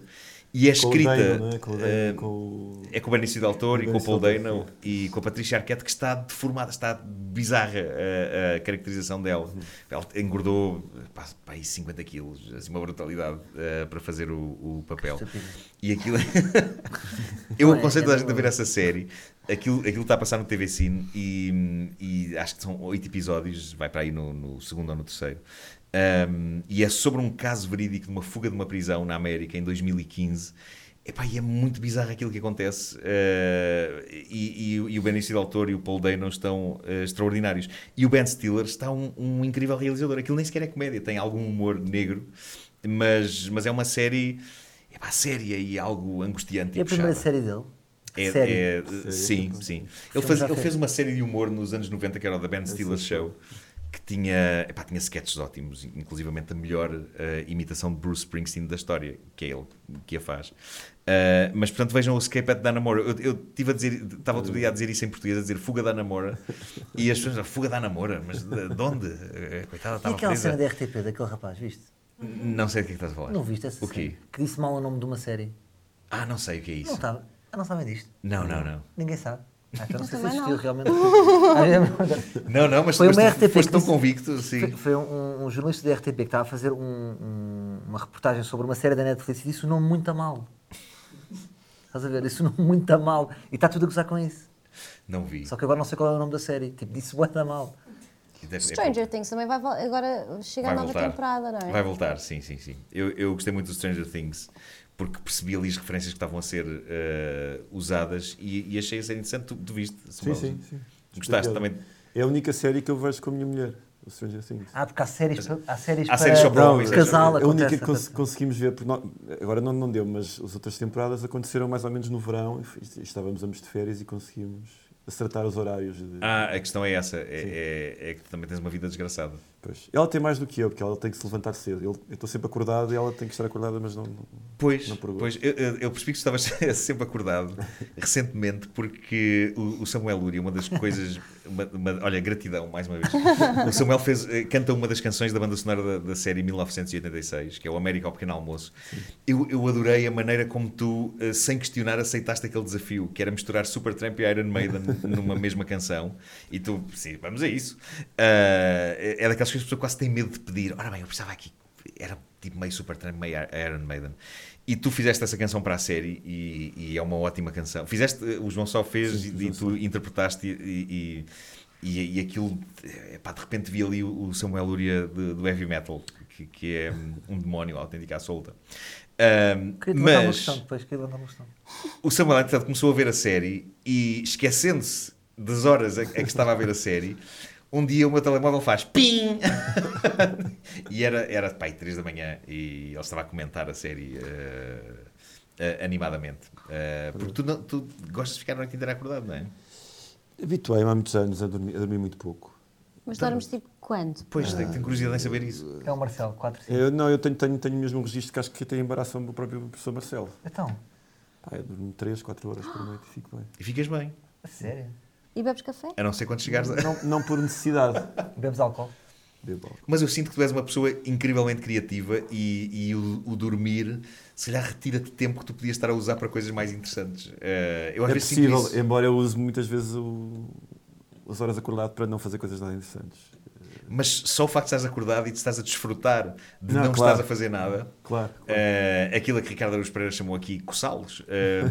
[SPEAKER 3] E é
[SPEAKER 5] com o
[SPEAKER 3] escrita.
[SPEAKER 5] Dano, não é? Com o Dano,
[SPEAKER 3] eh,
[SPEAKER 5] com o-
[SPEAKER 3] é com o Benício Del Toro e com o Paul Dano e com a Patrícia Arquette que está deformada, está bizarra eh, a, a caracterização dela.
[SPEAKER 5] Uhum.
[SPEAKER 3] Ela engordou pá, pá, aí 50 quilos, assim uma brutalidade eh, para fazer o, o papel. E aquilo é Eu
[SPEAKER 6] é,
[SPEAKER 3] aconselho toda a gente a ver essa série. Aquilo, aquilo está a passar no TV Cine e, e acho que são oito episódios, vai para aí no, no segundo ou no terceiro. Um, e é sobre um caso verídico de uma fuga de uma prisão na América em 2015. Epá, e é muito bizarro aquilo que acontece. Uh, e, e- e o Benício Del Toro e o Paul Dano estão uh, extraordinários. E o Ben Stiller está um, um incrível realizador. Aquilo nem sequer é comédia, tem algum humor negro, mas, mas é uma série. Epá, séria e algo angustiante
[SPEAKER 6] É
[SPEAKER 3] e
[SPEAKER 6] a primeira
[SPEAKER 3] puxada.
[SPEAKER 6] série dele.
[SPEAKER 3] É-
[SPEAKER 6] série.
[SPEAKER 3] é- sim, sim. Ele, faz- ele fez uma série de humor nos anos 90 que era o da Ben Stiller Show, que tinha, epá, tinha sketches ótimos, inclusivamente a melhor eh, imitação de Bruce Springsteen da história, que é ele que a faz. Eh, mas portanto vejam o Escape at Danamora. Eu, eu tive a dizer, estava outro dia a dizer isso em português, a dizer Fuga da Namora, e as pessoas, "Ah, Fuga da Namora, mas de, de onde? Eh, Coitada,
[SPEAKER 6] E
[SPEAKER 3] estava
[SPEAKER 6] aquela
[SPEAKER 3] presa.
[SPEAKER 6] cena da RTP daquele rapaz, viste?
[SPEAKER 3] Não sei do que é que estás a falar.
[SPEAKER 6] Não viste essa
[SPEAKER 3] O quê?
[SPEAKER 6] série? Que disse mal o nome de uma série.
[SPEAKER 3] Ah, não sei o que é isso.
[SPEAKER 6] Não estava. Ah, não sabem disto.
[SPEAKER 3] Não, não, não.
[SPEAKER 6] Ninguém sabe. Ah, então não sei se
[SPEAKER 4] também não.
[SPEAKER 6] existiu realmente. Ah,
[SPEAKER 3] Não, não, mas
[SPEAKER 6] Foi
[SPEAKER 3] mas
[SPEAKER 6] uma
[SPEAKER 3] tu
[SPEAKER 6] RTP
[SPEAKER 3] foste
[SPEAKER 6] que
[SPEAKER 3] tão
[SPEAKER 6] disse-
[SPEAKER 3] convicto, sim.
[SPEAKER 6] foi foi um, um jornalista da RTP que estava a fazer um- um- uma reportagem sobre uma série da Netflix e disse o nome muito a mal. Estás a ver? Disse o nome muito a mal. E está tudo a gozar com isso.
[SPEAKER 3] Não vi.
[SPEAKER 6] Só que agora não sei qual é o nome da série. Tipo, disse bué da mal.
[SPEAKER 3] Deve- é
[SPEAKER 4] Stranger Things também vai vol- agora chega a nova temporada, não é?
[SPEAKER 3] Vai voltar, sim, sim, sim. Eu, eu gostei muito do Stranger Things porque percebi ali as referências que estavam a ser eh, usadas e, e achei a ser interessante. Tu, tu viste?
[SPEAKER 5] Sim,
[SPEAKER 3] Samuel?
[SPEAKER 5] sim, sim.
[SPEAKER 3] Gostaste também?
[SPEAKER 5] É a única série que eu vejo com a minha mulher, o Stranger Things.
[SPEAKER 6] Ah, porque há séries, pa- há séries
[SPEAKER 3] Há
[SPEAKER 6] para
[SPEAKER 3] séries só para
[SPEAKER 6] para
[SPEAKER 3] homens,
[SPEAKER 6] casal.
[SPEAKER 5] É a única
[SPEAKER 6] acontece,
[SPEAKER 5] que cons-
[SPEAKER 6] acontece.
[SPEAKER 5] conseguimos ver. porque nó- agora não, não deu, mas as outras temporadas aconteceram mais ou menos no verão. e f- e Estávamos ambos de férias e conseguimos acertar os horários. de-
[SPEAKER 3] Ah, a questão é essa. É, é- é que tu também tens uma vida desgraçada.
[SPEAKER 5] Pois. Ela tem mais do que eu, porque ela tem que se levantar cedo. Eu eu estou sempre acordado e ela tem que estar acordada, mas não. não-
[SPEAKER 3] Pois,
[SPEAKER 5] Não pergunto.
[SPEAKER 3] pois eu, eu- eu percebi que tu estavas sempre acordado recentemente porque o, o Samuel Lúria, uma das coisas, uma- uma- olha, gratidão mais uma vez. O Samuel fez, eh, canta uma das canções da banda sonora da, da série 1986, que é o América ao Pequeno Almoço. Eu, eu adorei a maneira como tu, eh, sem questionar, aceitaste aquele desafio, que era misturar Supertramp e Iron Maiden numa mesma canção. E tu, sim, vamos a isso. Ah, é é daquelas coisas que as pessoas quase têm medo de pedir. Ora bem, eu precisava aqui era tipo meio Supertramp, meio Iron Maiden. E tu fizeste essa canção para a série e, e é uma ótima canção. Fizeste, eh, o João Só fez e, e tu interpretaste e, e, e, e aquilo, eh, pá, de repente vi ali o o Samuel Luria de- do heavy metal, que, que é hum, um demónio autêntico à solta. Ahm,
[SPEAKER 6] Queria-te mandar uma
[SPEAKER 3] mas
[SPEAKER 6] questão depois. Queria mandar uma questão.
[SPEAKER 3] o Samuel, entretanto, começou a ver a série e esquecendo-se das horas a, a que estava a ver a série, um dia o meu telemóvel faz PIM! e era, era pai, 3 da manhã e ele estava a comentar a série eh, eh, animadamente. Eh, porque tu, não- tu gostas de ficar a noite inteira acordado, não é?
[SPEAKER 5] Habituei-me há muitos anos a dormir, a dormir muito pouco.
[SPEAKER 4] Mas dormes tipo quando?
[SPEAKER 3] Pois, tenho, tenho curiosidade em saber isso.
[SPEAKER 6] É o Marcelo, 4 5.
[SPEAKER 5] Eu, não, eu tenho, tenho, tenho mesmo um registro que acho que até embaraça o próprio professor Marcelo.
[SPEAKER 3] É.
[SPEAKER 6] Então,
[SPEAKER 5] Pá, eu durmo 3, 4 horas por noite e fico bem.
[SPEAKER 3] E ficas bem,
[SPEAKER 6] a sério?
[SPEAKER 4] E bebes café?
[SPEAKER 3] a não ser quando chegares. a-
[SPEAKER 5] Não, não por necessidade.
[SPEAKER 6] Bebes álcool?
[SPEAKER 5] Bebo álcool.
[SPEAKER 3] Mas eu sinto que tu és uma pessoa incrivelmente criativa e, e o, o dormir, se calhar, retira-te tempo que tu podias estar a usar para coisas mais interessantes. Eh, eu às
[SPEAKER 5] É
[SPEAKER 3] vezes sinto
[SPEAKER 5] possível,
[SPEAKER 3] isso.
[SPEAKER 5] embora eu use muitas vezes o- as horas acordado para não fazer coisas nada interessantes.
[SPEAKER 3] Mas só o facto de estás acordado e de estás a desfrutar de não,
[SPEAKER 5] Não,
[SPEAKER 3] estás
[SPEAKER 5] claro.
[SPEAKER 3] a fazer nada,
[SPEAKER 5] Claro.
[SPEAKER 3] eh, aquilo a que Ricardo Aruz Pereira chamou aqui coçá-los, eh,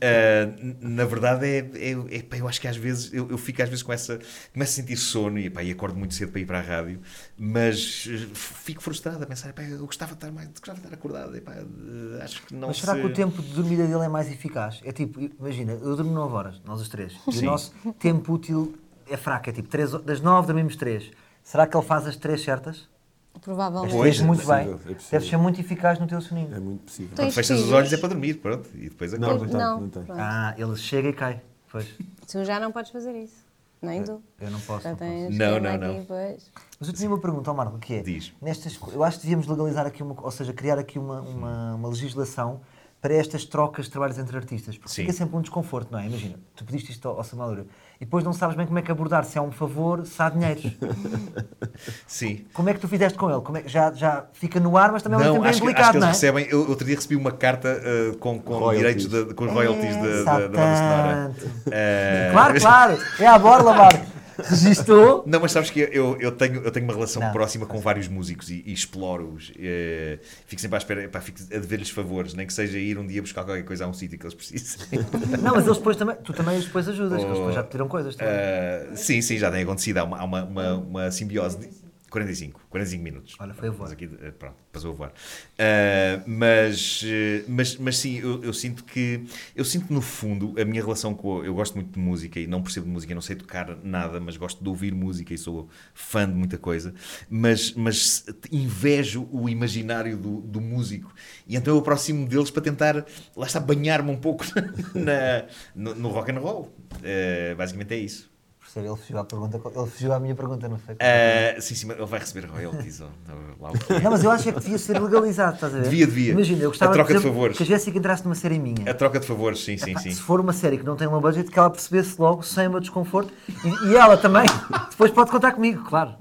[SPEAKER 3] eh, n- na verdade é, é- é, pá, eu acho que às vezes, eu, eu fico às vezes com essa, começo a sentir sono e, pá, e acordo muito cedo para ir para a rádio, mas eh, fico frustrado a pensar, pá, eu gostava de estar, mais, gostava de estar acordado, e, pá, eh, acho que não
[SPEAKER 6] Mas será
[SPEAKER 3] se-
[SPEAKER 6] que o tempo de dormida dele é mais eficaz? É tipo, imagina, eu durmo 9 horas, nós os três. E o
[SPEAKER 3] Sim.
[SPEAKER 6] nosso tempo útil é fraca, é tipo, três, das nove dormimos três. Será que ele faz as três certas? As
[SPEAKER 4] Provavelmente.
[SPEAKER 3] Pois,
[SPEAKER 6] três muito
[SPEAKER 5] é possível, é
[SPEAKER 6] bem.
[SPEAKER 5] possível.
[SPEAKER 6] Deve ser muito eficaz no teu soninho.
[SPEAKER 5] É muito possível.
[SPEAKER 4] Tens
[SPEAKER 3] Quando fechas os
[SPEAKER 4] filhos?
[SPEAKER 3] olhos é para dormir, pronto. E depois
[SPEAKER 5] Não,
[SPEAKER 4] Pois,
[SPEAKER 3] acordas.
[SPEAKER 5] não tem,
[SPEAKER 4] não,
[SPEAKER 5] não tem.
[SPEAKER 4] pronto.
[SPEAKER 6] Ah, ele chega e cai. Pois,
[SPEAKER 4] Tu já não podes fazer isso. Nem tu.
[SPEAKER 6] eu não posso.
[SPEAKER 4] Já
[SPEAKER 6] Não posso.
[SPEAKER 4] tens
[SPEAKER 3] Não,
[SPEAKER 4] que ir
[SPEAKER 3] não,
[SPEAKER 4] lá
[SPEAKER 3] não.
[SPEAKER 4] aqui, pois.
[SPEAKER 6] Mas eu tinha uma pergunta ao Marco, que é,
[SPEAKER 3] Diz.
[SPEAKER 6] nestas, co- eu acho que devíamos legalizar aqui, uma, co- ou seja, criar aqui uma, uma, uma legislação para estas trocas de trabalhos entre artistas, porque
[SPEAKER 3] Sim.
[SPEAKER 6] fica sempre um desconforto, não é? Imagina, tu pediste isto ao, ao Samuel Lura, e depois não sabes bem como é que abordar, se é um favor, se há dinheiros.
[SPEAKER 3] Sim.
[SPEAKER 6] como é que tu fizeste com ele? Como é que, já, já fica no ar, mas também é um
[SPEAKER 3] Não,
[SPEAKER 6] tempo bem
[SPEAKER 3] acho que, acho que
[SPEAKER 6] delicado,
[SPEAKER 3] eles
[SPEAKER 6] não é?
[SPEAKER 3] recebem. Eu, outro dia recebi uma carta ah, com, com
[SPEAKER 5] Royalties.
[SPEAKER 3] direitos, de, com os royalties da- da, da, banda sonora.
[SPEAKER 6] Exatamente.
[SPEAKER 3] Ah,
[SPEAKER 6] Claro, claro, é à borla, Marco. Registou.
[SPEAKER 3] Não, mas sabes que eu, eu, tenho, eu tenho uma relação
[SPEAKER 6] Não.
[SPEAKER 3] próxima com vários músicos e, e exploro-os. eh, fico sempre à espera, pá, fico a dever-lhes favores, nem que seja ir um dia buscar qualquer coisa a um sítio que eles precisem.
[SPEAKER 6] Não, mas eles depois também, tu também os depois ajudas, que eles depois já te pediram coisas. também.
[SPEAKER 3] Eh, sim, sim, já tem acontecido. Há uma, há uma, uma, uma simbiose. De 45, 45 minutos.
[SPEAKER 6] Olha, foi a voar.
[SPEAKER 3] Mas aqui, eh, pronto, passou a voar. Eh, mas, eh, mas, mas sim, eu, eu sinto que. Eu sinto no fundo a minha relação com. a- Eu gosto muito de música e não percebo de música, não sei tocar nada, mas gosto de ouvir música e sou fã de muita coisa. Mas, mas invejo o imaginário do, do músico. E então eu aproximo deles para tentar, lá está, banhar-me um pouco na- no, no rock and roll. Eh, basicamente é isso.
[SPEAKER 6] Percebe? Ele fugiu à pergunta, ele fugiu à minha pergunta, não foi?
[SPEAKER 3] Ah, sim, sim, mas ele vai receber royalties. ou- ou lá o que é.
[SPEAKER 6] Não, mas eu acho é que devia ser legalizado, estás a ver?
[SPEAKER 3] Devia, devia.
[SPEAKER 6] Imagina, eu gostava
[SPEAKER 3] A troca de
[SPEAKER 6] por exemplo,
[SPEAKER 3] favores.
[SPEAKER 6] que a Jéssica entrasse numa série minha.
[SPEAKER 3] A troca de favores, sim, sim, sim.
[SPEAKER 6] Se for uma série que não tem um budget, que ela percebesse logo, sem o meu desconforto, e, e ela também, depois pode contar comigo, claro.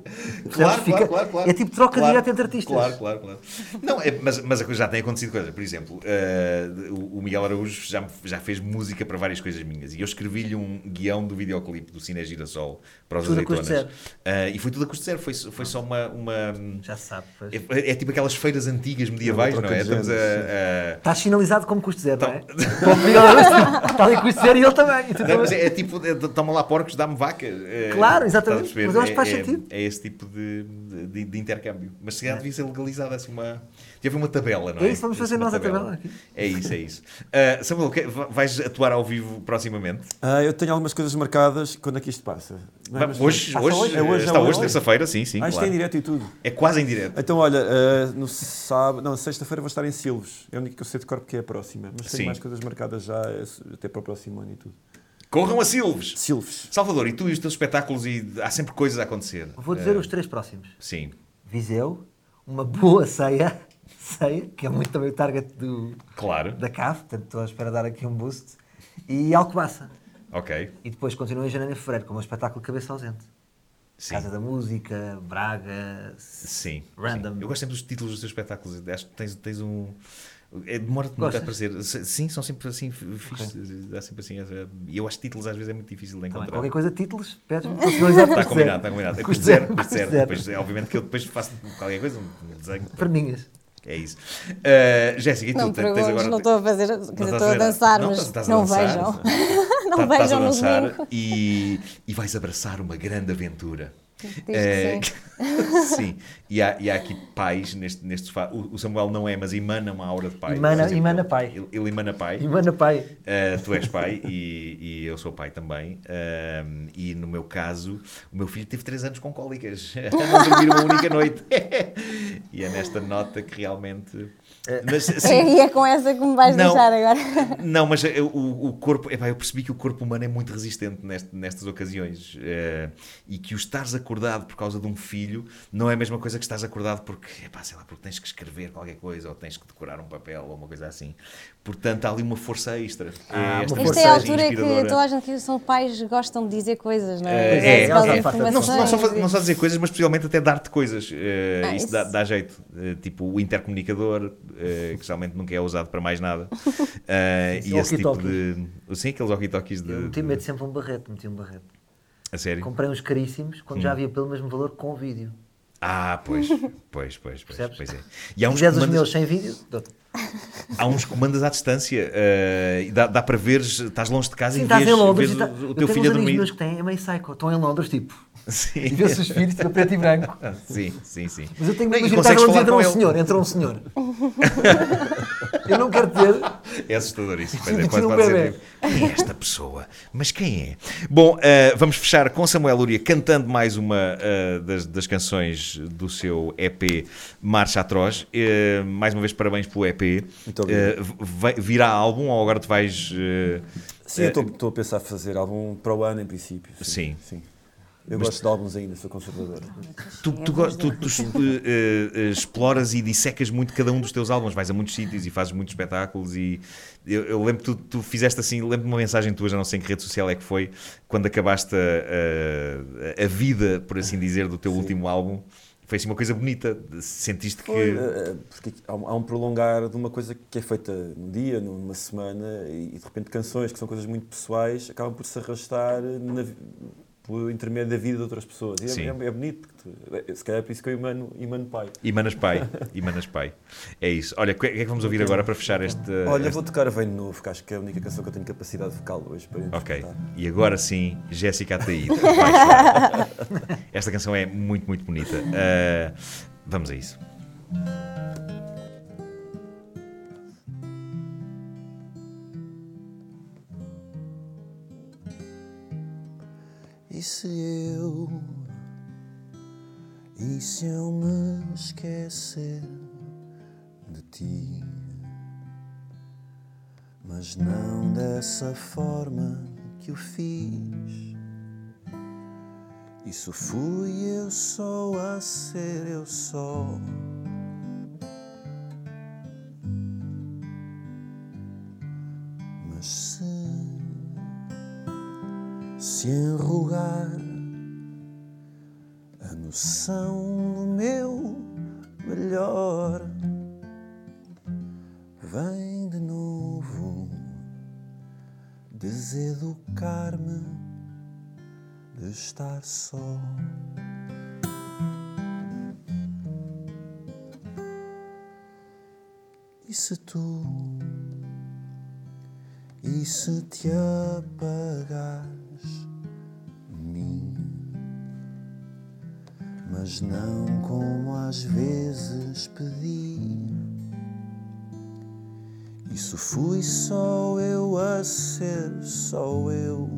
[SPEAKER 6] Percebes? Fica- É tipo troca
[SPEAKER 3] Claro,
[SPEAKER 6] direta entre artistas.
[SPEAKER 3] Claro, claro, claro. Não, é, mas, mas a coisa- já tem acontecido coisa. Por exemplo, eh, o- o Miguel Araújo já, me- já fez música para várias coisas minhas. E eu escrevi-lhe um guião do videoclipe do Cine Girassol para os
[SPEAKER 6] Tudo a custo
[SPEAKER 3] Azeitonas. Eh, e foi tudo a custo zero. Foi, foi só uma... uma-
[SPEAKER 6] Já se sabe, pois.
[SPEAKER 3] é, é tipo aquelas feiras antigas medievais,
[SPEAKER 5] Uma
[SPEAKER 3] não
[SPEAKER 5] troca
[SPEAKER 3] é?
[SPEAKER 5] de
[SPEAKER 3] Estamos a-
[SPEAKER 5] géneros,
[SPEAKER 3] a,
[SPEAKER 6] Estás sinalizado como custo
[SPEAKER 3] Então-
[SPEAKER 6] zero, não é? Como Miguel Araújo, está ali custo zero e ele também. E tu
[SPEAKER 3] Não,
[SPEAKER 6] também.
[SPEAKER 3] mas é, é tipo, é, toma lá porcos, dá-me vaca. É,
[SPEAKER 6] Claro, exatamente.
[SPEAKER 3] estás a perceber?
[SPEAKER 6] Mas eu acho que faz
[SPEAKER 3] É- é-
[SPEAKER 6] sentido.
[SPEAKER 3] É, esse tipo de, de, de intercâmbio. Mas se calhar devia ser legalizada assim uma. Deve haver uma tabela, não é?
[SPEAKER 6] É isso, vamos
[SPEAKER 3] Deve ser
[SPEAKER 6] fazer
[SPEAKER 3] uma
[SPEAKER 6] nós a tabela aqui.
[SPEAKER 3] É isso, é isso. Ah, Samuel, que- va- vais atuar ao vivo proximamente?
[SPEAKER 5] Ah, eu tenho algumas coisas marcadas. Quando é que isto passa? Não é,
[SPEAKER 3] Va-
[SPEAKER 5] mas-
[SPEAKER 3] hoje,
[SPEAKER 5] Passa
[SPEAKER 3] hoje,
[SPEAKER 5] é hoje,
[SPEAKER 3] está
[SPEAKER 5] é
[SPEAKER 3] hoje, terça-feira, sim, sim.
[SPEAKER 5] Ah, isto
[SPEAKER 3] claro.
[SPEAKER 5] é em direto e tudo.
[SPEAKER 3] É quase em direto.
[SPEAKER 5] Então, olha, eh, no sábado, não, sexta-feira vou estar em Silves. É a única que eu sei de corpo que é a próxima. Mas
[SPEAKER 3] Sim.
[SPEAKER 5] tenho mais coisas marcadas já, eh, até para o próximo ano e tudo.
[SPEAKER 3] Corram a Silves!
[SPEAKER 5] Silves.
[SPEAKER 3] Salvador, e tu e os teus espetáculos, e há sempre coisas a acontecer.
[SPEAKER 6] Vou dizer os três próximos.
[SPEAKER 3] Sim,
[SPEAKER 6] Viseu, uma boa ceia, ceia, que é muito também o target do,
[SPEAKER 3] claro.
[SPEAKER 6] da CAF, portanto estou à espera de dar aqui um boost, e Alcobaça.
[SPEAKER 3] Ok.
[SPEAKER 6] E depois continua em janeiro e fevereiro com o meu espetáculo Cabeça Ausente.
[SPEAKER 3] Sim.
[SPEAKER 6] Casa da Música, Braga,
[SPEAKER 3] Sim.
[SPEAKER 6] Random.
[SPEAKER 3] sim. Eu gosto sempre dos títulos dos teus espetáculos. Acho que tens, tens um. é, Demora-te muito a
[SPEAKER 6] Gostas?
[SPEAKER 3] aparecer. S- Sim, são sempre assim f- fixes. Dá sempre assim. essa- E eu acho que títulos às vezes é muito difícil de
[SPEAKER 6] Também.
[SPEAKER 3] encontrar.
[SPEAKER 6] Tá Qualquer coisa, títulos, pedes-me personalizado
[SPEAKER 3] Está
[SPEAKER 6] custo zero.
[SPEAKER 3] combinado, está combinado. É
[SPEAKER 6] Custo
[SPEAKER 3] custo zero,
[SPEAKER 6] custo
[SPEAKER 3] custo zero.
[SPEAKER 6] zero.
[SPEAKER 3] Depois, é, obviamente que eu depois faço qualquer coisa, um desenho.
[SPEAKER 6] Perninhas.
[SPEAKER 3] É isso. Ah, Jéssica, e tu
[SPEAKER 4] Não me
[SPEAKER 3] tens tens
[SPEAKER 4] perguntes,
[SPEAKER 3] agora.
[SPEAKER 4] não estou a fazer, quer dizer,
[SPEAKER 3] estás
[SPEAKER 4] estou a dançar,
[SPEAKER 3] não,
[SPEAKER 4] mas
[SPEAKER 3] estás- estás a
[SPEAKER 4] não
[SPEAKER 3] dançar.
[SPEAKER 4] vejam. Não
[SPEAKER 3] Tá- estás a
[SPEAKER 4] vejam no
[SPEAKER 3] dançar
[SPEAKER 4] domingo.
[SPEAKER 3] e, e vais abraçar uma grande aventura.
[SPEAKER 4] que
[SPEAKER 3] Eh,
[SPEAKER 4] sim.
[SPEAKER 3] sim. E há, e há aqui pais neste, neste sofá. O, o Samuel não é, mas emana uma aura de pai.
[SPEAKER 6] Emana-
[SPEAKER 3] Por exemplo,
[SPEAKER 6] emana pai.
[SPEAKER 3] Ele, ele emana pai.
[SPEAKER 6] E manda pai.
[SPEAKER 3] Eh, tu és pai e, e eu sou pai também. Ahm, e no meu caso, o meu filho teve 3 anos com cólicas. não dormir uma única noite. e é nesta nota que realmente. Mas, sim,
[SPEAKER 4] E é com essa que me vais
[SPEAKER 3] Não.
[SPEAKER 4] deixar agora.
[SPEAKER 3] não, mas eh, o, o corpo, epá, eu percebi que o corpo humano é muito resistente neste- nestas ocasiões eh, e que o estares acordado por causa de um filho não é a mesma coisa que estás acordado porque, epá, sei lá, porque tens que escrever qualquer coisa ou tens que decorar um papel ou uma coisa assim. Portanto, há ali uma força extra.
[SPEAKER 6] Ah, uma
[SPEAKER 4] Esta
[SPEAKER 6] força
[SPEAKER 4] é a
[SPEAKER 3] mensagem
[SPEAKER 4] altura que
[SPEAKER 3] inspiradora.
[SPEAKER 4] toda a gente que são pais gostam de dizer coisas, não é?
[SPEAKER 3] Eh, é,
[SPEAKER 4] Gostam de
[SPEAKER 6] é,
[SPEAKER 4] informações
[SPEAKER 3] não, não só, faz-
[SPEAKER 4] e-
[SPEAKER 3] não só dizer coisas, mas possivelmente até dar-te coisas. Eh,
[SPEAKER 4] Ah,
[SPEAKER 3] isso
[SPEAKER 4] isso-
[SPEAKER 3] dá, dá jeito. Eh, tipo o intercomunicador, eh, que geralmente nunca é usado para mais nada. Eh,
[SPEAKER 6] Sim,
[SPEAKER 3] e esse tipo
[SPEAKER 6] walkie-talkies.
[SPEAKER 3] de. Sim, aqueles walkie-talkies de.
[SPEAKER 6] Eu
[SPEAKER 3] de-
[SPEAKER 6] meti medo sempre um barreto, meti um barreto.
[SPEAKER 3] A sério?
[SPEAKER 6] Comprei uns caríssimos, quando
[SPEAKER 3] Hum.
[SPEAKER 6] já havia pelo mesmo valor com vídeo.
[SPEAKER 3] Ah, pois, pois, pois, pois,
[SPEAKER 6] Percebes?
[SPEAKER 3] pois é. E há
[SPEAKER 6] Se
[SPEAKER 3] uns,
[SPEAKER 6] quiseres os
[SPEAKER 3] comandos,
[SPEAKER 6] meus sem vídeo, dou-te.
[SPEAKER 3] há uns comandos à distância. eh, e dá, dá para ver, estás longe de casa
[SPEAKER 6] Sim,
[SPEAKER 3] e
[SPEAKER 6] estás
[SPEAKER 3] vês,
[SPEAKER 6] em Londres.
[SPEAKER 3] vês
[SPEAKER 6] e tá-
[SPEAKER 3] o, o
[SPEAKER 6] eu
[SPEAKER 3] teu
[SPEAKER 6] tenho
[SPEAKER 3] filho a
[SPEAKER 6] uns amigos
[SPEAKER 3] dormir.
[SPEAKER 6] meus que têm, é meio psycho. Estão em Londres, tipo. E
[SPEAKER 3] Sim.
[SPEAKER 6] vê-se os filhos, tipo, preto e branco.
[SPEAKER 3] Sim, sim, sim.
[SPEAKER 6] Mas eu tenho que
[SPEAKER 3] Não, e
[SPEAKER 6] imaginar que
[SPEAKER 3] consegues
[SPEAKER 6] estás
[SPEAKER 3] falar com
[SPEAKER 6] a um entra um
[SPEAKER 3] ele.
[SPEAKER 6] senhor, entra um senhor. Eu não quero dizer.
[SPEAKER 3] É assustador isso. Pois
[SPEAKER 6] Sim,
[SPEAKER 3] é, pode,
[SPEAKER 6] um
[SPEAKER 3] pode
[SPEAKER 6] bebé.
[SPEAKER 3] ser. Quem é esta pessoa? Mas quem é? Bom, ah, vamos fechar com Samuel Luria cantando mais uma ah, das, das canções do seu EP Marcha Atroz. Eh, mais uma vez, parabéns pelo EP.
[SPEAKER 5] Muito obrigado.
[SPEAKER 3] Eh, vai- virá álbum ou agora tu vais. eh,
[SPEAKER 5] Sim, eu estou- estou É, a pensar fazer algum para o ano, em princípio.
[SPEAKER 3] Sim.
[SPEAKER 5] Eu gosto de álbuns ainda, sou conservador.
[SPEAKER 3] Tu, tu go- tu- tu es- eh, eh, exploras e dissecas muito cada um dos teus álbuns, vais a muitos sítios e fazes muitos espetáculos e eu, eu lembro que tu, tu fizeste assim, lembro-me uma mensagem tua, já não sei em que rede social é que foi, quando acabaste a, a- a vida, por assim dizer, do teu último álbum, foi assim uma coisa bonita, sentiste que...
[SPEAKER 5] Eh, eh, Porque aqui há um, há um prolongar de uma coisa que é feita num dia, numa semana, e e de repente canções que são coisas muito pessoais acabam por se arrastar na vi- pelo intermédio da vida de outras pessoas. E
[SPEAKER 3] Sim.
[SPEAKER 5] é, é- é bonito, porque tu- é- se calhar é por isso que eu emano, emano pai.
[SPEAKER 3] Imanas Pai, Imanas Pai, é isso. Olha, o que é o que é que vamos ouvir agora para fechar este...
[SPEAKER 5] Olha,
[SPEAKER 3] este-
[SPEAKER 5] vou tocar Vem de Novo, que acho que é a única canção que eu tenho capacidade vocal hoje para
[SPEAKER 3] Ok,
[SPEAKER 5] interpretar.
[SPEAKER 3] e agora sim, Jéssica Ataíde. vai chorar. Esta canção é muito, muito bonita. Ah, vamos a isso.
[SPEAKER 1] E se eu, e se eu me esquecer de ti, mas não dessa forma que o fiz. Isso fui eu só a ser eu só. Mas se se enrugar a noção do meu melhor. Vem de novo deseducar-me de estar só. E se tu, e se te apagares mim. Mas não como às vezes pedi. Isso fui só eu a ser, só eu.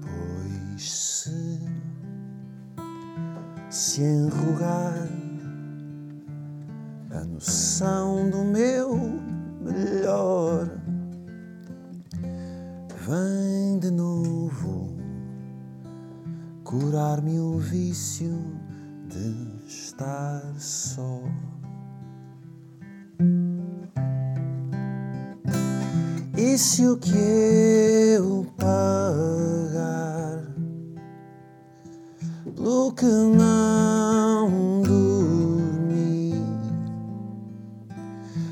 [SPEAKER 1] Pois se se enrugar a noção do meu melhor. Vem de novo curar-me o vício de estar só. E se o que eu pagar pelo que não dormi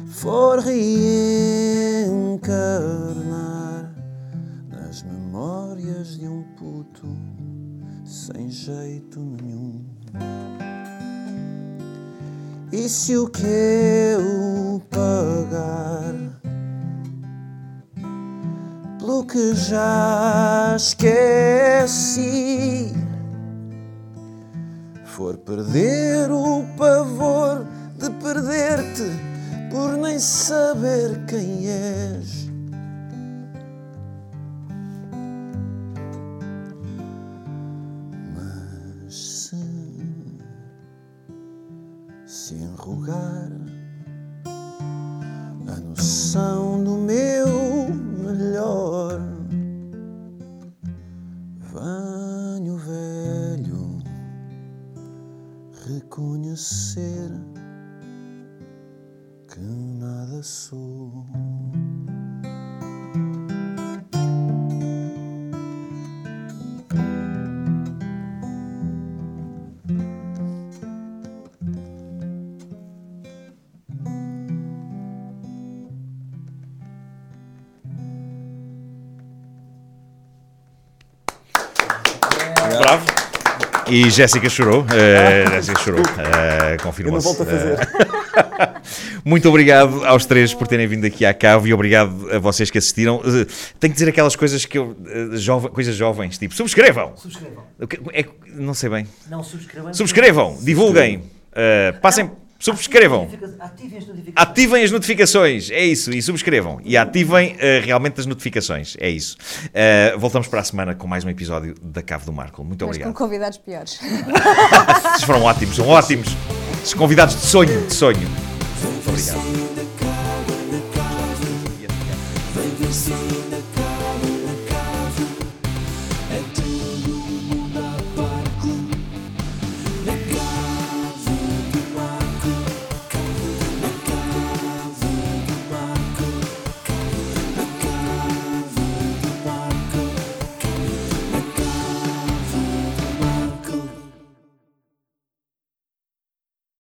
[SPEAKER 1] for reencarnar nas memórias de um puto sem jeito nenhum. E se o que eu pagar pelo que já esqueci? for perder o pavor de perder-te por nem saber quem és. Mas se se enrugar a noção do meu melhor, venho velho reconhecer que nada sou.
[SPEAKER 3] Bravo. E Jéssica chorou. eh, Jéssica chorou. eh,
[SPEAKER 5] Eu não
[SPEAKER 3] Confirmou-se.
[SPEAKER 5] volto a fazer.
[SPEAKER 3] Muito obrigado aos três por terem vindo aqui à cave e obrigado a vocês que assistiram. Eh, Tenho que dizer aquelas coisas que eu. eh, jove- coisas jovens, tipo, subscrevam!
[SPEAKER 6] Subscrevam.
[SPEAKER 3] O que- é que- não sei bem.
[SPEAKER 6] Não subscrevam.
[SPEAKER 3] Subscrevam, divulguem. Uh, passem, subscrevam.
[SPEAKER 6] Notifica- Ativem as notificações.
[SPEAKER 3] Ativem as notificações, é isso, e subscrevam. E ativem eh, realmente as notificações, é isso. Eh, voltamos para a semana com mais um episódio da Cave do Marco. Muito
[SPEAKER 4] Mas com
[SPEAKER 3] obrigado.
[SPEAKER 4] convidados piores.
[SPEAKER 3] Vocês foram ótimos, são ótimos. Esses convidados de sonho, de sonho. Muito obrigado.
[SPEAKER 1] obrigado.